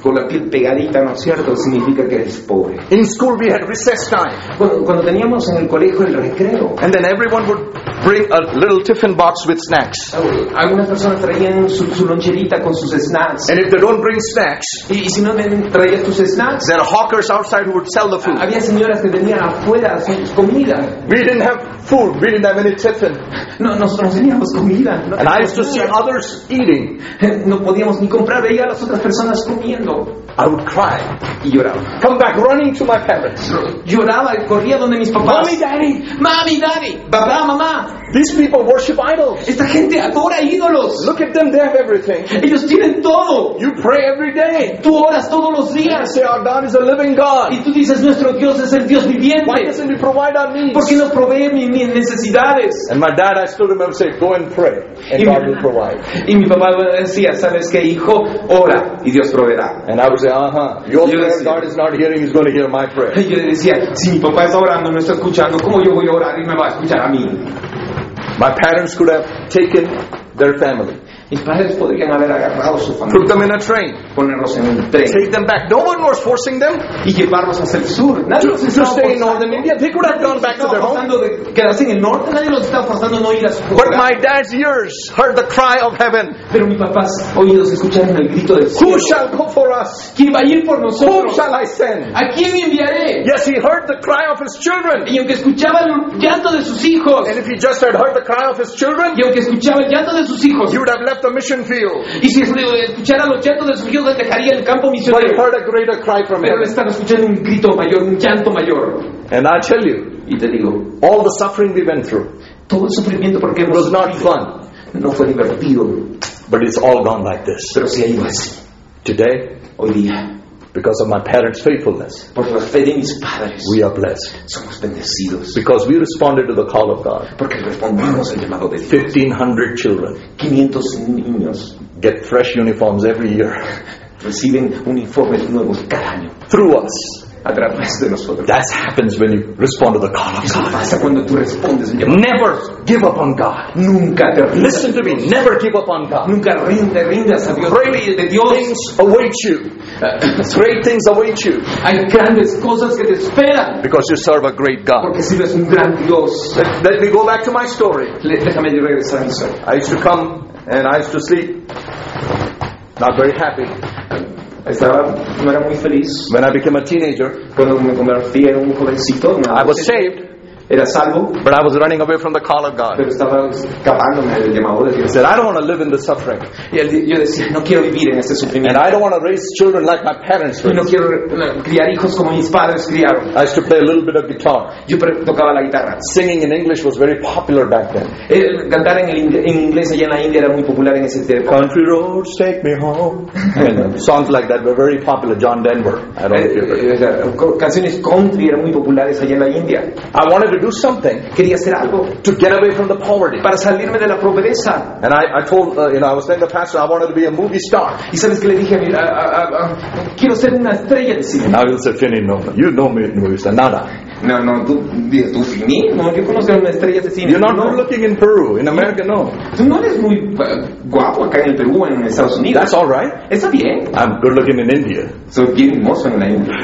A: con la piel pegadita, ¿no es cierto?, significa que eres pobre.
B: In school, we had recess time,
A: Cuando, cuando teníamos en el colegio el recreo,
B: and then everyone would bring a little tiffin box with snacks.
A: algunas personas traían su, su loncherita con sus snacks.
B: And if they don't bring snacks,
A: Y, y si no ven- traías tus snacks,
B: there are hawkers outside who would sell the food.
A: había señoras que venían afuera a hacer comida.
B: We didn't have food, we didn't have any tiffin.
A: No, nosotros teníamos comida. No,
B: And I used to see others eating.
A: no podíamos ni comprar, veía a las otras personas comiendo.
B: I would cry,
A: Y lloraba.
B: come back running to my parents.
A: Lloraba y corría donde mis papás.
B: Mommy, daddy,
A: Mami, daddy, papá, mamá,
B: these people worship idols.
A: esta gente adora ídolos.
B: Look at them, they have everything.
A: Ellos tienen todo.
B: You pray every day.
A: Tú oras todos los días.
B: Say, our God is a living God.
A: Y tú dices, nuestro Dios es el Dios
B: Why
A: viviente.
B: doesn't He provide our needs?
A: ¿Por qué no provee mi- mis necesidades?
B: And my dad, I still remember, saying, go and pray, and God will provide.
A: Y mi papá decía, ¿sabes qué, hijo? Ora y Dios proveerá.
B: And I would say, uh-huh, your prayer God is not hearing, He's going to hear my prayer.
A: Y yo le decía, si mi papá está orando, no está escuchando, ¿cómo yo voy a orar y me va a escuchar a mí?
B: My parents could have taken their family,
A: Mis padres podrían haber agarrado su
B: put
A: familia,
B: them in a train,
A: ponerlos en un tren
B: take them back. No one was forcing them.
A: y llevarlos hacia el sur. Nadie
B: To-
A: los
B: to
A: estaba
B: stay in
A: forzando.
B: northern India. They could have
A: Nadie los
B: gone back to
A: estaba
B: their home.
A: forzando de quedarse en el norte, nadie los estaba forzando a no ir a su
B: But
A: hogar.
B: my dad's ears heard the cry of heaven.
A: Pero mis papás oídos escucharon el grito del cielo.
B: Who shall go for us?
A: ¿Quién va a ir por
B: Whom
A: nosotros?
B: shall I send?
A: ¿A quién enviaré?
B: Yes, he heard the cry of his children.
A: Y aunque escuchaba el llanto de sus hijos,
B: And if he just had heard the cry of his children,
A: y aunque escuchaba el llanto de sus hijos,
B: he would have left the mission field.
A: Y si escuchara los llantos de sus hijos, dejaría el campo
B: But he
A: misionero.
B: heard a greater cry from
A: Pero
B: heaven.
A: están escuchando un grito mayor, un llanto mayor.
B: And I tell you,
A: Y te digo,
B: all the suffering we went through
A: todo el sufrimiento porque
B: it
A: hemos
B: was not fun,
A: no fue divertido,
B: but it's all gone like this.
A: pero se ha ido así
B: Today,
A: hoy día.
B: because of my parents' faithfulness,
A: Por la fe de mis padres,
B: we are blessed
A: somos bendecidos.
B: because we responded to the call of God.
A: Porque respondimos al llamado de Dios.
B: 1500 children
A: 500 niños
B: get fresh uniforms every year
A: reciben uniformes nuevos cada año
B: through us.
A: a través de nosotros.
B: That happens when you respond to the call of
A: Eso
B: God.
A: pasa cuando tú respondes al llamado.
B: Never give up on God.
A: Nunca te rindas.
B: Listen to me. Never give up on God.
A: Nunca rinde, rindas a Dios.
B: Great
A: de Dios.
B: things await you. Uh, Great things await you
A: Hay grandes cosas que te esperan
B: because you serve a great God.
A: porque sirves un gran Dios.
B: Let, let me go back to my story.
A: Le- déjame yo regresar a mi sueño.
B: I used to come and I used to sleep. Not very happy.
A: Estaba, no era muy feliz
B: When I became a teenager,
A: cuando me convertí en un jovencito. un
B: I was
A: adolescente.
B: saved,
A: Era salvo,
B: but I was running away from the call of God.
A: pero estaba escapándome del llamado de
B: I
A: Dios.
B: said, I don't want to live in the suffering,
A: Y él di- yo decía, no quiero vivir en este
B: and
A: sufrimiento.
B: I don't want to raise children like my parents
A: Y no
B: did.
A: quiero eh, criar hijos como mis padres criaron.
B: I used to play a little bit of guitar.
A: Yo pre- tocaba la guitarra.
B: Singing in English was very popular back then.
A: Eh, cantar en, el ing- en inglés allá en la India era muy popular en ese tiempo.
B: Country roads take me home. And songs like that were very popular. John Denver. I don't know
A: Eh,
B: if you
A: eh, o sea, co- canciones country eran muy populares allá en la India.
B: I wanted to do something
A: Quería hacer algo
B: to get away from the poverty.
A: para salirme de la pobreza.
B: And I, I told, uh, you know, I was telling the pastor I wanted to be a movie star.
A: Y sabes que le dije a mi, a- a- a- a- quiero ser una estrella de cine.
B: Now he'll say, Finney, no, no, you know me, movie star, nada.
A: No, no, tú, dices, tú finí, no, yo conozco a una estrella de cine.
B: You're not
A: no,
B: good looking in Peru, in America, no.
A: tú no eres muy eh, guapo acá en el Perú, en Estados Unidos.
B: That's all right.
A: Está bien,
B: I'm good looking in India.
A: soy bien hermoso en la India.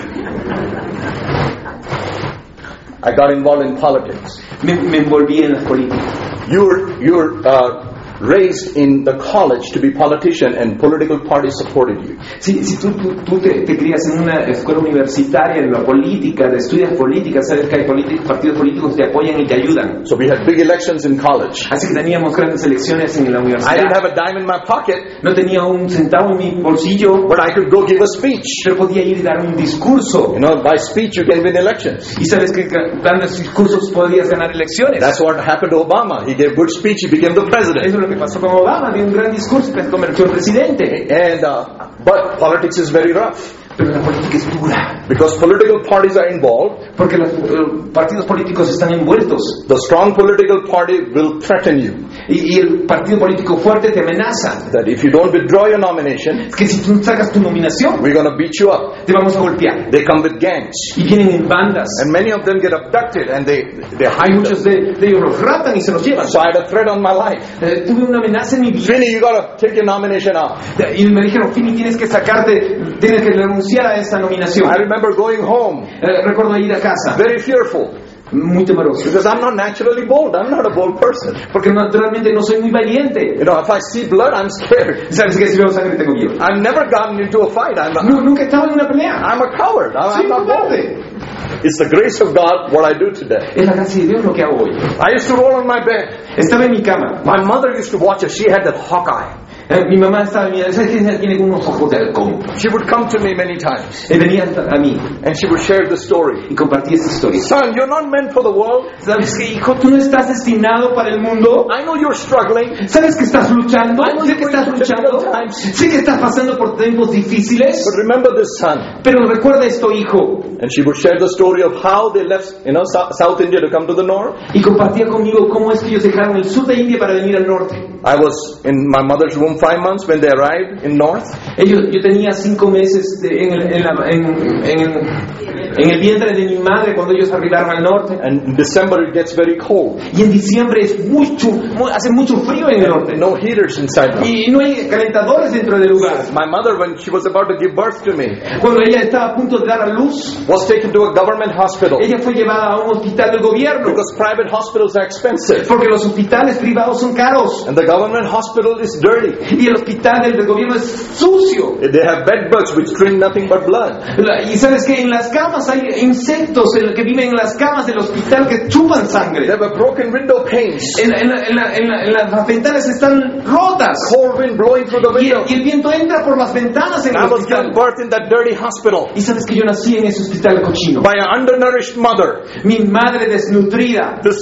B: I got involved in politics.
A: Me, me envolví en las políticas.
B: You were, you were uh, raised in the college to be politician, and political parties supported you.
A: Si, si tú, tú, tú te, te crías en una escuela universitaria, en la política, de estudias políticas, sabes que hay politi- partidos políticos que te apoyan y te ayudan.
B: So we had big elections in college.
A: Así que teníamos grandes elecciones en la
B: I
A: universidad.
B: didn't have a dime in my pocket,
A: No tenía un centavo en mi bolsillo,
B: but I could go give a speech.
A: pero podía ir y dar un discurso.
B: You know, by speech you can win elections.
A: Y sabes que dando discursos podías ganar elecciones.
B: That's what happened to Obama. He gave good speech, he became the president.
A: Eso es lo que pasó con Obama, dio un gran discurso y se convirtió en presidente.
B: And uh, but politics is very rough.
A: Pero la política es dura,
B: because political parties are involved.
A: porque los eh, partidos políticos están envueltos
B: The strong political party will threaten you
A: y, y el partido político fuerte te amenaza.
B: that if you don't withdraw your nomination,
A: Que si tú sacas tu nominación,
B: we're going to beat you up.
A: te vamos a golpear.
B: They come with gangs.
A: Y vienen en bandas.
B: And many of them get abducted and they, they
A: Hay
B: hide them.
A: muchos de, de ellos los raptan y se los llevan.
B: So I had a threat on my life.
A: Eh, tuve una amenaza en mi vida
B: Srini, you gotta take your nomination off.
A: y me dijeron, Fini, tienes que sacarte, tienes que renunciar a esta nominación.
B: I remember going home
A: Eh, recuerdo ir a casa,
B: very fearful
A: muy temeroso,
B: because I'm not naturally bold. I'm not a bold person.
A: porque naturalmente no soy muy valiente.
B: You know, if I see blood, I'm scared.
A: ¿Sabes qué? Si veo sangre tengo miedo. Ah,
B: I've never gotten into a fight. I'm a,
A: No, nunca he estado en una pelea.
B: I'm a coward. I'm,
A: Soy
B: I'm not
A: un
B: bold.
A: cobarde.
B: It's the grace of God what I do today.
A: Es la gracia de Dios lo que hago hoy.
B: I used to roll on my bed.
A: Estaba en mi cama.
B: My mother used to watch us. She had that hawk eye.
A: Eh, mi mamá estaba mirando, ¿sabes qué? Ella Tiene unos ojos de halcón.
B: She would come to me many times
A: Eh, venía hasta a mí
B: and she would share the story.
A: y compartía esta historia.
B: Son, you're not meant for the world.
A: ¿Sabes qué, hijo? Tú no estás destinado para el mundo.
B: I know you're struggling.
A: ¿Sabes que estás luchando?
B: Ay, no,
A: Sé que
B: yo-
A: estás
B: yo-
A: luchando.
B: yo- yo-
A: Sé que estás pasando por tiempos difíciles.
B: But remember this son.
A: Pero recuerda esto, hijo.
B: And she would share the story of how they left, you know, Sou- South India to come to the north.
A: Y compartía conmigo cómo es que ellos dejaron el sur de India para venir al norte.
B: I was in my mother's womb five months when they arrived in north.
A: Ellos, yo tenía cinco meses de- en, el, en, la- en- en- en el vientre de mi madre cuando ellos arribaron al norte.
B: And in December it gets very cold.
A: Y en diciembre es mucho, mu- hace mucho frío en el norte.
B: No heaters inside them.
A: Y no hay calentadores dentro del lugar.
B: My mother, when she was about to give birth to me,
A: Cuando ella estaba a punto de dar a luz,
B: was taken to a government hospital
A: ella fue llevada a un hospital del gobierno.
B: because private hospitals are expensive
A: Porque los hospitales privados son caros.
B: and the government hospital is dirty.
A: Y el hospital del, del gobierno es sucio.
B: They have bed bugs which drink nothing but blood.
A: La- y sabes que en las camas hay insectos en- que viven en las camas del hospital que chupan
B: They
A: sangre.
B: have a broken window panes,
A: En, en la- en la- en la- en las ventanas están rotas.
B: cold wind blowing through the
A: Y el,
B: window.
A: y el viento entra por las ventanas en el
B: I was
A: hospital.
B: given birth in that dirty hospital.
A: Y sabes que yo nací en ese hospital cochino.
B: by an undernourished mother,
A: Mi madre desnutrida
B: this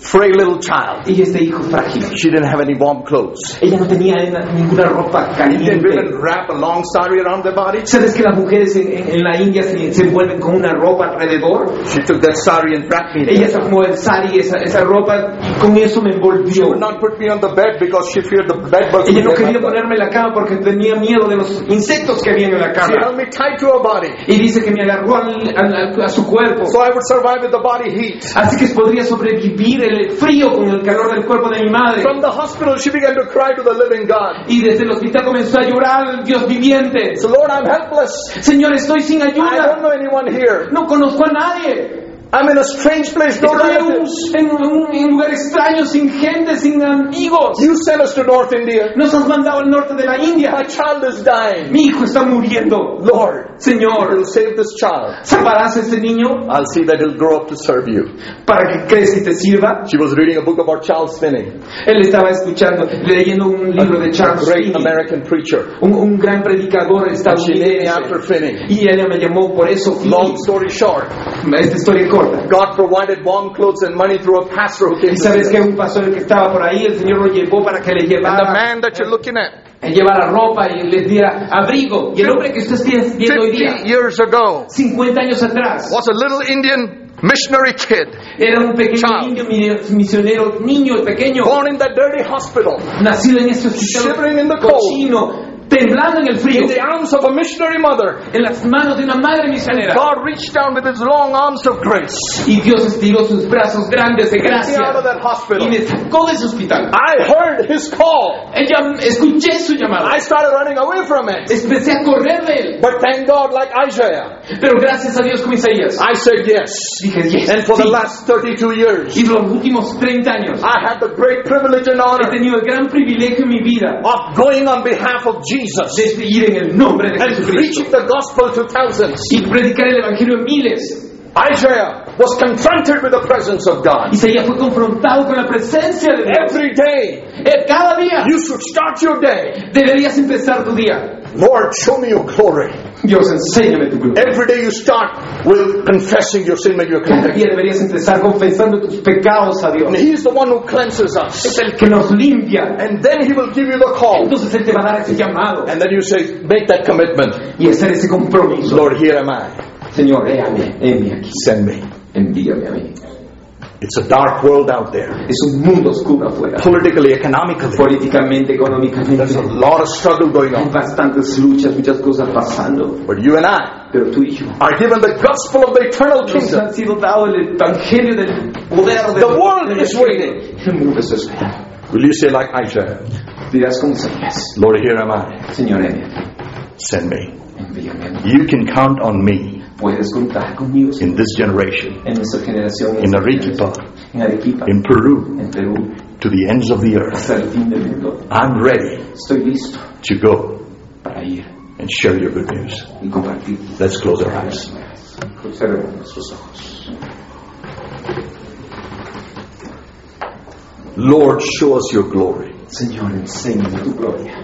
B: frail little child.
A: y este hijo frágil.
B: She didn't have any warm clothes.
A: Ella no tenía na- ninguna ropa
B: Indian
A: caliente.
B: women wrap a long sari around their body.
A: ¿Sabes que las mujeres en, en- en la India se, se envuelven con una ropa alrededor?
B: She took that sari and wrapped me. in
A: Ella
B: it.
A: se como el sari, esa, esa ropa, y con eso me
B: She
A: envolvió.
B: would not put me on the bed because she feared the bed bugs.
A: Ella no
B: would get
A: quería
B: my blood.
A: ponerme en la cama porque tenía miedo de los insectos que había en la
B: She
A: cama.
B: held me tight to her body
A: Y dice que me agarró al- al- a su cuerpo.
B: so I would survive with the body heat.
A: Así que podría sobrevivir el frío con el calor del cuerpo de mi madre.
B: From the hospital, she began to cry to the living God.
A: Y desde el hospital comenzó a llorar al Dios viviente.
B: So, Lord, I'm helpless.
A: Señor, estoy sin
B: I don't
A: ayuda.
B: know anyone here.
A: No conozco a nadie.
B: I'm in a strange place. No
A: Estoy en un,
B: relatives.
A: en un- en un lugar extraño, sin gente, sin amigos.
B: You sent us to North India.
A: Nos has mandado al norte de la
B: My
A: India.
B: child is dying.
A: Mi hijo está muriendo.
B: Lord,
A: Señor,
B: you'll save this child.
A: salvarás a este niño
B: I'll see that he'll grow up to serve you.
A: para que crezca y te sirva.
B: She was reading a book about Charles Finney,
A: Él estaba escuchando, leyendo un libro de Charles
B: great
A: Finney,
B: American preacher.
A: un, un gran predicador
B: And she named me
A: estadounidense.
B: after Finney.
A: Y ella me llamó por eso
B: Long
A: Finney.
B: story short,
A: Esta historia es corta.
B: God provided warm clothes and money through a pastor who came
A: Y
B: to
A: sabes que
B: visit.
A: un pastor que estaba por ahí, el Señor lo llevó para que le
B: And the
A: llevara,
B: man that you're looking at,
A: eh, llevara ropa y les diera abrigo. Y el hombre que usted está viendo hoy día,
B: 50 years ago,
A: 50 años atrás,
B: was a little Indian missionary kid
A: era un pequeño
B: Child.
A: niño mi- misionero, niño pequeño,
B: born in that dirty hospital
A: nacido en este
B: Shivering in the
A: hospital
B: cold.
A: cochino, temblando en el frío,
B: in the arms of a missionary mother.
A: en las manos de una madre misionera.
B: God reached down with his long arms of grace.
A: Y Dios estiró sus brazos grandes de
B: Me out of
A: gracia
B: that
A: y
B: hospital.
A: me sacó de ese hospital.
B: I heard his call.
A: Ella, escuché su llamada.
B: I started running away from it.
A: Empecé a correr de él.
B: But thank God, like Isaiah,
A: Pero gracias a Dios con Isaías.
B: I said yes.
A: Dije, yes.
B: And for the
A: sí".
B: last 32 years,
A: Y los últimos 30 años
B: I had the great privilege
A: he
B: and honor
A: tenido el gran privilegio en mi vida
B: of going on behalf of Jesus
A: de ir en el nombre de
B: and
A: Jesucristo
B: preaching the gospel to thousands.
A: y predicar el evangelio en miles.
B: Isaiah was confronted with the presence of God.
A: Isaías fue confrontado con la presencia de Dios.
B: Every day,
A: Eh, Cada día
B: you should start your day.
A: deberías empezar tu día.
B: Lord, show me your glory.
A: Dios, enséñame tu gloria.
B: Every day you start with confessing your sin when you're
A: Cada
B: convicted.
A: día deberías empezar confesando tus pecados a Dios.
B: And He is the one who cleanses us.
A: Es el que nos limpia.
B: And then He will give you the call.
A: Entonces Él te va a dar ese llamado
B: And then you say, make that commitment.
A: y hacer ese compromiso.
B: Lord, here am I.
A: Señor, éame, éame aquí.
B: Send me.
A: Envíame a mí.
B: It's a dark world out there.
A: Es un mundo oscuro afuera.
B: Politically, economically.
A: Políticamente, económicamente.
B: There's a lot of struggle going
A: Hay
B: on.
A: bastantes luchas, muchas cosas pasando.
B: But you and I
A: Pero tú y yo.
B: are given the gospel of the eternal
A: Nos
B: kingdom.
A: ha sido dado el evangelio del poder de
B: The world is waiting.
A: El mundo se espera.
B: Will you say like Isaiah,
A: Dirás como Isaías.
B: Lord, here am I.
A: Señor, éame aquí.
B: Send me.
A: Envíame a mí.
B: You can count on me
A: Puedes contar conmigo
B: in this generation,
A: en nuestra generación.
B: in Arequipa,
A: En Arequipa.
B: in Peru,
A: En Perú.
B: to the ends of the earth.
A: Hasta el fin del mundo.
B: I'm ready
A: Estoy listo
B: to go
A: para ir
B: and share your good news.
A: y compartir.
B: Let's close our eyes.
A: Observemos nuestros ojos.
B: Lord, show us your glory.
A: Señor, enséñame tu gloria.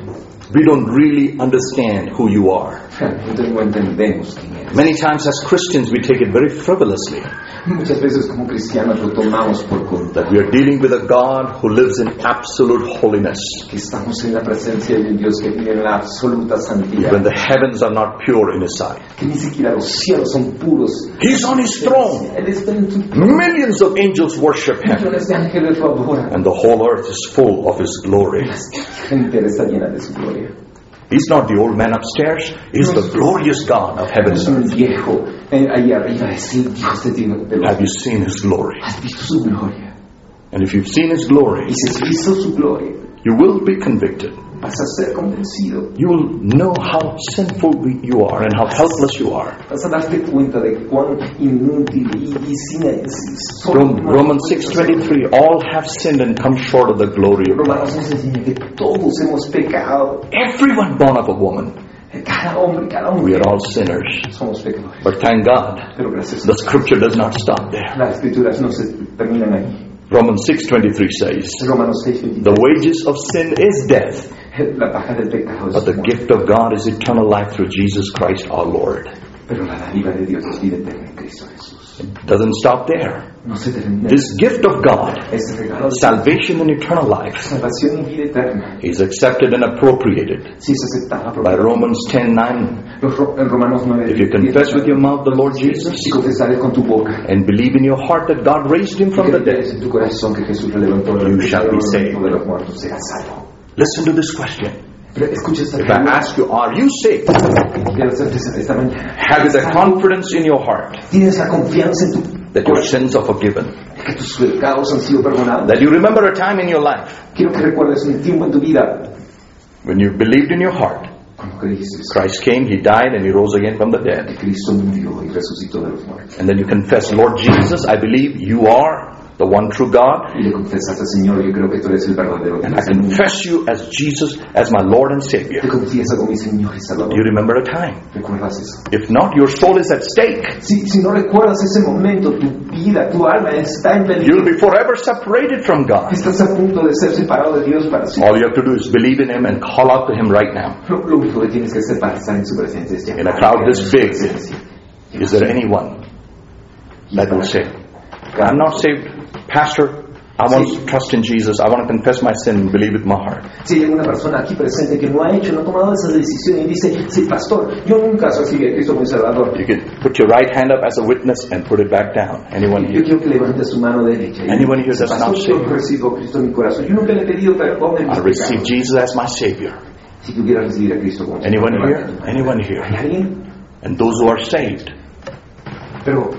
B: We don't really understand who you are.
A: Realmente no entendemos quién eres.
B: Many times, as Christians, we take it very frivolously
A: Muchas veces como cristianos lo tomamos por
B: that
A: contar.
B: we are dealing with a God who lives in absolute holiness.
A: Que estamos en la presencia de un Dios que vive en la absoluta
B: When
A: santidad.
B: the heavens are not pure in his sight,
A: Que ni siquiera los cielos son puros.
B: he's on his throne.
A: Él está en tu
B: Millions of angels worship him,
A: millones de ángeles lo adoran.
B: and the whole earth is full of his glory.
A: La gente está llena de su gloria.
B: He's not the old man upstairs, he's the glorious God of heaven
A: Es
B: and
A: un
B: earth.
A: viejo eh, ahí arriba, es el Dios de, ti- de los...
B: Have you seen his glory?
A: ¿Has visto su gloria?
B: And if you've seen his glory,
A: Y si has visto su gloria,
B: you will be convicted.
A: vas a ser convencido.
B: You will know how sinful we- you are and how helpless you are.
A: Vas a darte cuenta de cuán inútil y, y sin... y
B: Rom-
A: son-
B: Romans 6:23 All have sinned and come short of the glory of God.
A: Romanos nos enseña que todos hemos pecado.
B: Everyone born of a woman,
A: Cada hombre, cada
B: we
A: mujer
B: are all sinners.
A: somos pecadores.
B: But thank God,
A: Pero gracias a
B: the scripture does not stop there.
A: Dios, las escrituras no se terminan ahí.
B: Romans 6:23 says,
A: Romanos 6,
B: "The wages of sin is death,
A: "Eh, La paja del pecado
B: but
A: es
B: the
A: muerte,
B: gift of God is eternal life through Jesus Christ our Lord."
A: pero la dádiva de Dios es vida eterna en Cristo Jesús.
B: It doesn't stop there.
A: No se termina.
B: This gift of God,
A: Ese regalo de
B: salvation and eternal life,
A: salvación y vida eterna,
B: is accepted and appropriated
A: si es aceptada por
B: by Romans 10:9.
A: los ro- en Romanos 9.
B: If you confess with your mouth the Lord Jesus
A: si confesares con tu boca
B: and believe in your heart that God raised him
A: y
B: from the
A: crees
B: dead.
A: en tu corazón que Jesús le levantó
B: You
A: del
B: shall be saved.
A: de los muertos, serás salvo.
B: Listen to this question.
A: Pero escucha esta
B: If I ask you, are you saved?
A: quiero hacerte esta- esta mañana.
B: Have you the confidence in your heart
A: Tienes la confianza en tu
B: that your sins are forgiven?
A: que tus pecados han sido perdonados.
B: That you remember a time in your life
A: Quiero que recuerdes un tiempo en tu vida
B: when you believed in your heart.
A: cuando creíste
B: Christ came, he died, and he rose again from the dead.
A: que Cristo murió y resucitó de los muertos.
B: And then you confess, Lord Jesus, I believe you are the one true God.
A: Y le confesaste, Señor, yo creo que tú eres el verdadero
B: And
A: Dios.
B: I
A: del mundo.
B: confess you as Jesus, as my Lord and Savior.
A: Te confieso con mi Señor y
B: You
A: Salvador.
B: remember a time.
A: ¿Recuerdas eso?
B: If not, your soul is at stake.
A: Si, si no recuerdas ese momento, tu vida, tu alma está en peligro.
B: You'll be forever separated from God.
A: Estás a punto de ser separado de Dios para siempre.
B: All you have to do is believe in Him and call out to Him right now.
A: Lo, lo único que tienes que hacer para estar en su presencia es
B: In a
A: llamar
B: crowd this
A: su
B: big,
A: presencia.
B: is there anyone that will say, I'm not saved, Pastor? I want to trust in Jesus. I want to confess my sin and believe with my heart.
A: Si hay alguna persona aquí presente que no ha hecho, no ha tomado esa decisión y dice, sí, pastor, yo nunca recibí a Cristo como mi Salvador.
B: You can put your right hand up as a witness and put it back down. Anyone
A: Yo
B: here?
A: quiero que levante su mano derecha.
B: Anyone here that's not
A: Pastor, yo
B: saved?
A: recibo a Cristo en mi corazón. Yo nunca le he pedido perdón en mis
B: I receive
A: pecados.
B: Jesus as my Savior.
A: Si tú quieras recibir a Cristo como
B: Anyone here?
A: Salvador.
B: Anyone
A: ¿Hay
B: here?
A: alguien?
B: And those who are saved,
A: Pero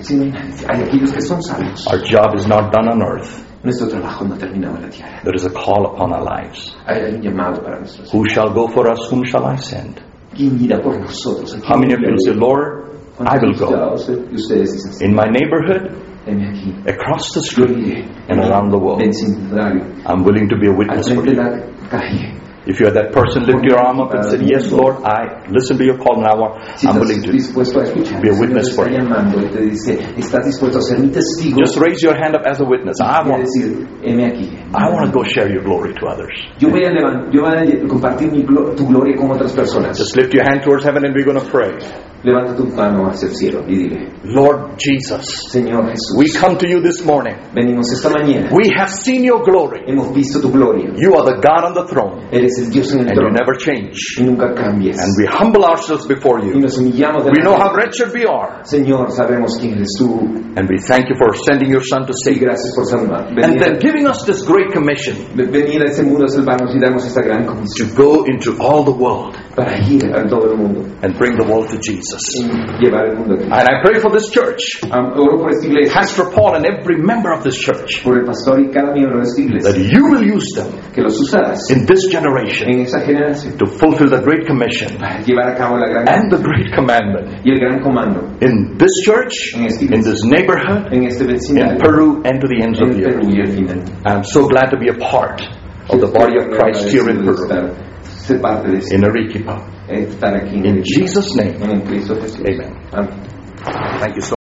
A: si no hay nadie, hay aquellos que son salvos.
B: our job is not done on earth.
A: Nuestro trabajo no ha terminado en la tierra.
B: There is a call upon our lives.
A: Hay hay un llamado para nosotros.
B: Who shall go for us? Whom shall I send?
A: ¿Quién irá por nosotros? ¿A quién
B: How many of you will say,
A: enviaré?
B: Lord, I will go?
A: ¿Cuántos de ustedes- Ustedes dicen, sí,
B: In my neighborhood,
A: heme aquí.
B: across the
A: Yo
B: street,
A: iré.
B: and around the world.
A: Ven sin dudarlo.
B: I'm willing to be a
A: Al
B: witness for
A: frente de
B: you.
A: la calle.
B: If you are that person, lift your arm up and say, Yes, Lord, I listen to your call and I want,
A: Si
B: I'm
A: estás
B: willing to
A: dispuesto a escuchar,
B: be a
A: el Señor
B: witness
A: te está
B: for you.
A: llamando y te dice, estás dispuesto a ser mi testigo.
B: Just raise your hand up as a witness. I
A: Quiere
B: want,
A: decir, heme aquí.
B: I want to go share your glory to others.
A: Yo voy a, levan- yo voy a compartir mi glo- tu gloria con otras personas.
B: Just lift your hand towards heaven and we're going to pray.
A: Levanta tu mano hacia el cielo y dile,
B: Lord Jesus,
A: Señor Jesús,
B: we come to you this morning.
A: venimos esta mañana,
B: We have seen your glory.
A: hemos visto tu gloria.
B: You are the God on the throne
A: Eres el Dios en el
B: and you
A: trono
B: never change.
A: y nunca cambias.
B: And we humble ourselves before
A: Y
B: you.
A: nos humillamos
B: We
A: delante
B: know
A: de
B: how wretched we are.
A: Señor, sabemos quién eres tú
B: And we thank you for sending your son to
A: y
B: save us.
A: gracias por salvar.
B: And
A: Venir,
B: then giving us this great commission
A: venir a este mundo a salvarnos y darnos esta gran comisión
B: to go into all the world
A: para ir a todo el mundo
B: and bring the world to Jesus.
A: y llevar el mundo a Cristo.
B: And I pray for this church,
A: Am- Oro por esta iglesia,
B: Pastor Paul, and every member of this church,
A: por el pastor y cada miembro de esta
B: that
A: iglesia,
B: you will use them
A: que los usarás
B: in this generation
A: en esa generación
B: to fulfill the great commission
A: para llevar a cabo la gran
B: and the great commandment
A: y el gran comando
B: in this church,
A: en este
B: in this neighborhood,
A: en este
B: in
A: vecindario,
B: Peru, and to the ends of
A: en
B: the earth.
A: Perú y al final.
B: I'm so glad to be a part of the body of Christ here in Peru,
A: Ser parte de esto,
B: in Arequipa.
A: estar aquí en
B: In
A: Cristo.
B: Jesus' name,
A: En Cristo Jesús.
B: Amen.
A: Amén.
B: thank you so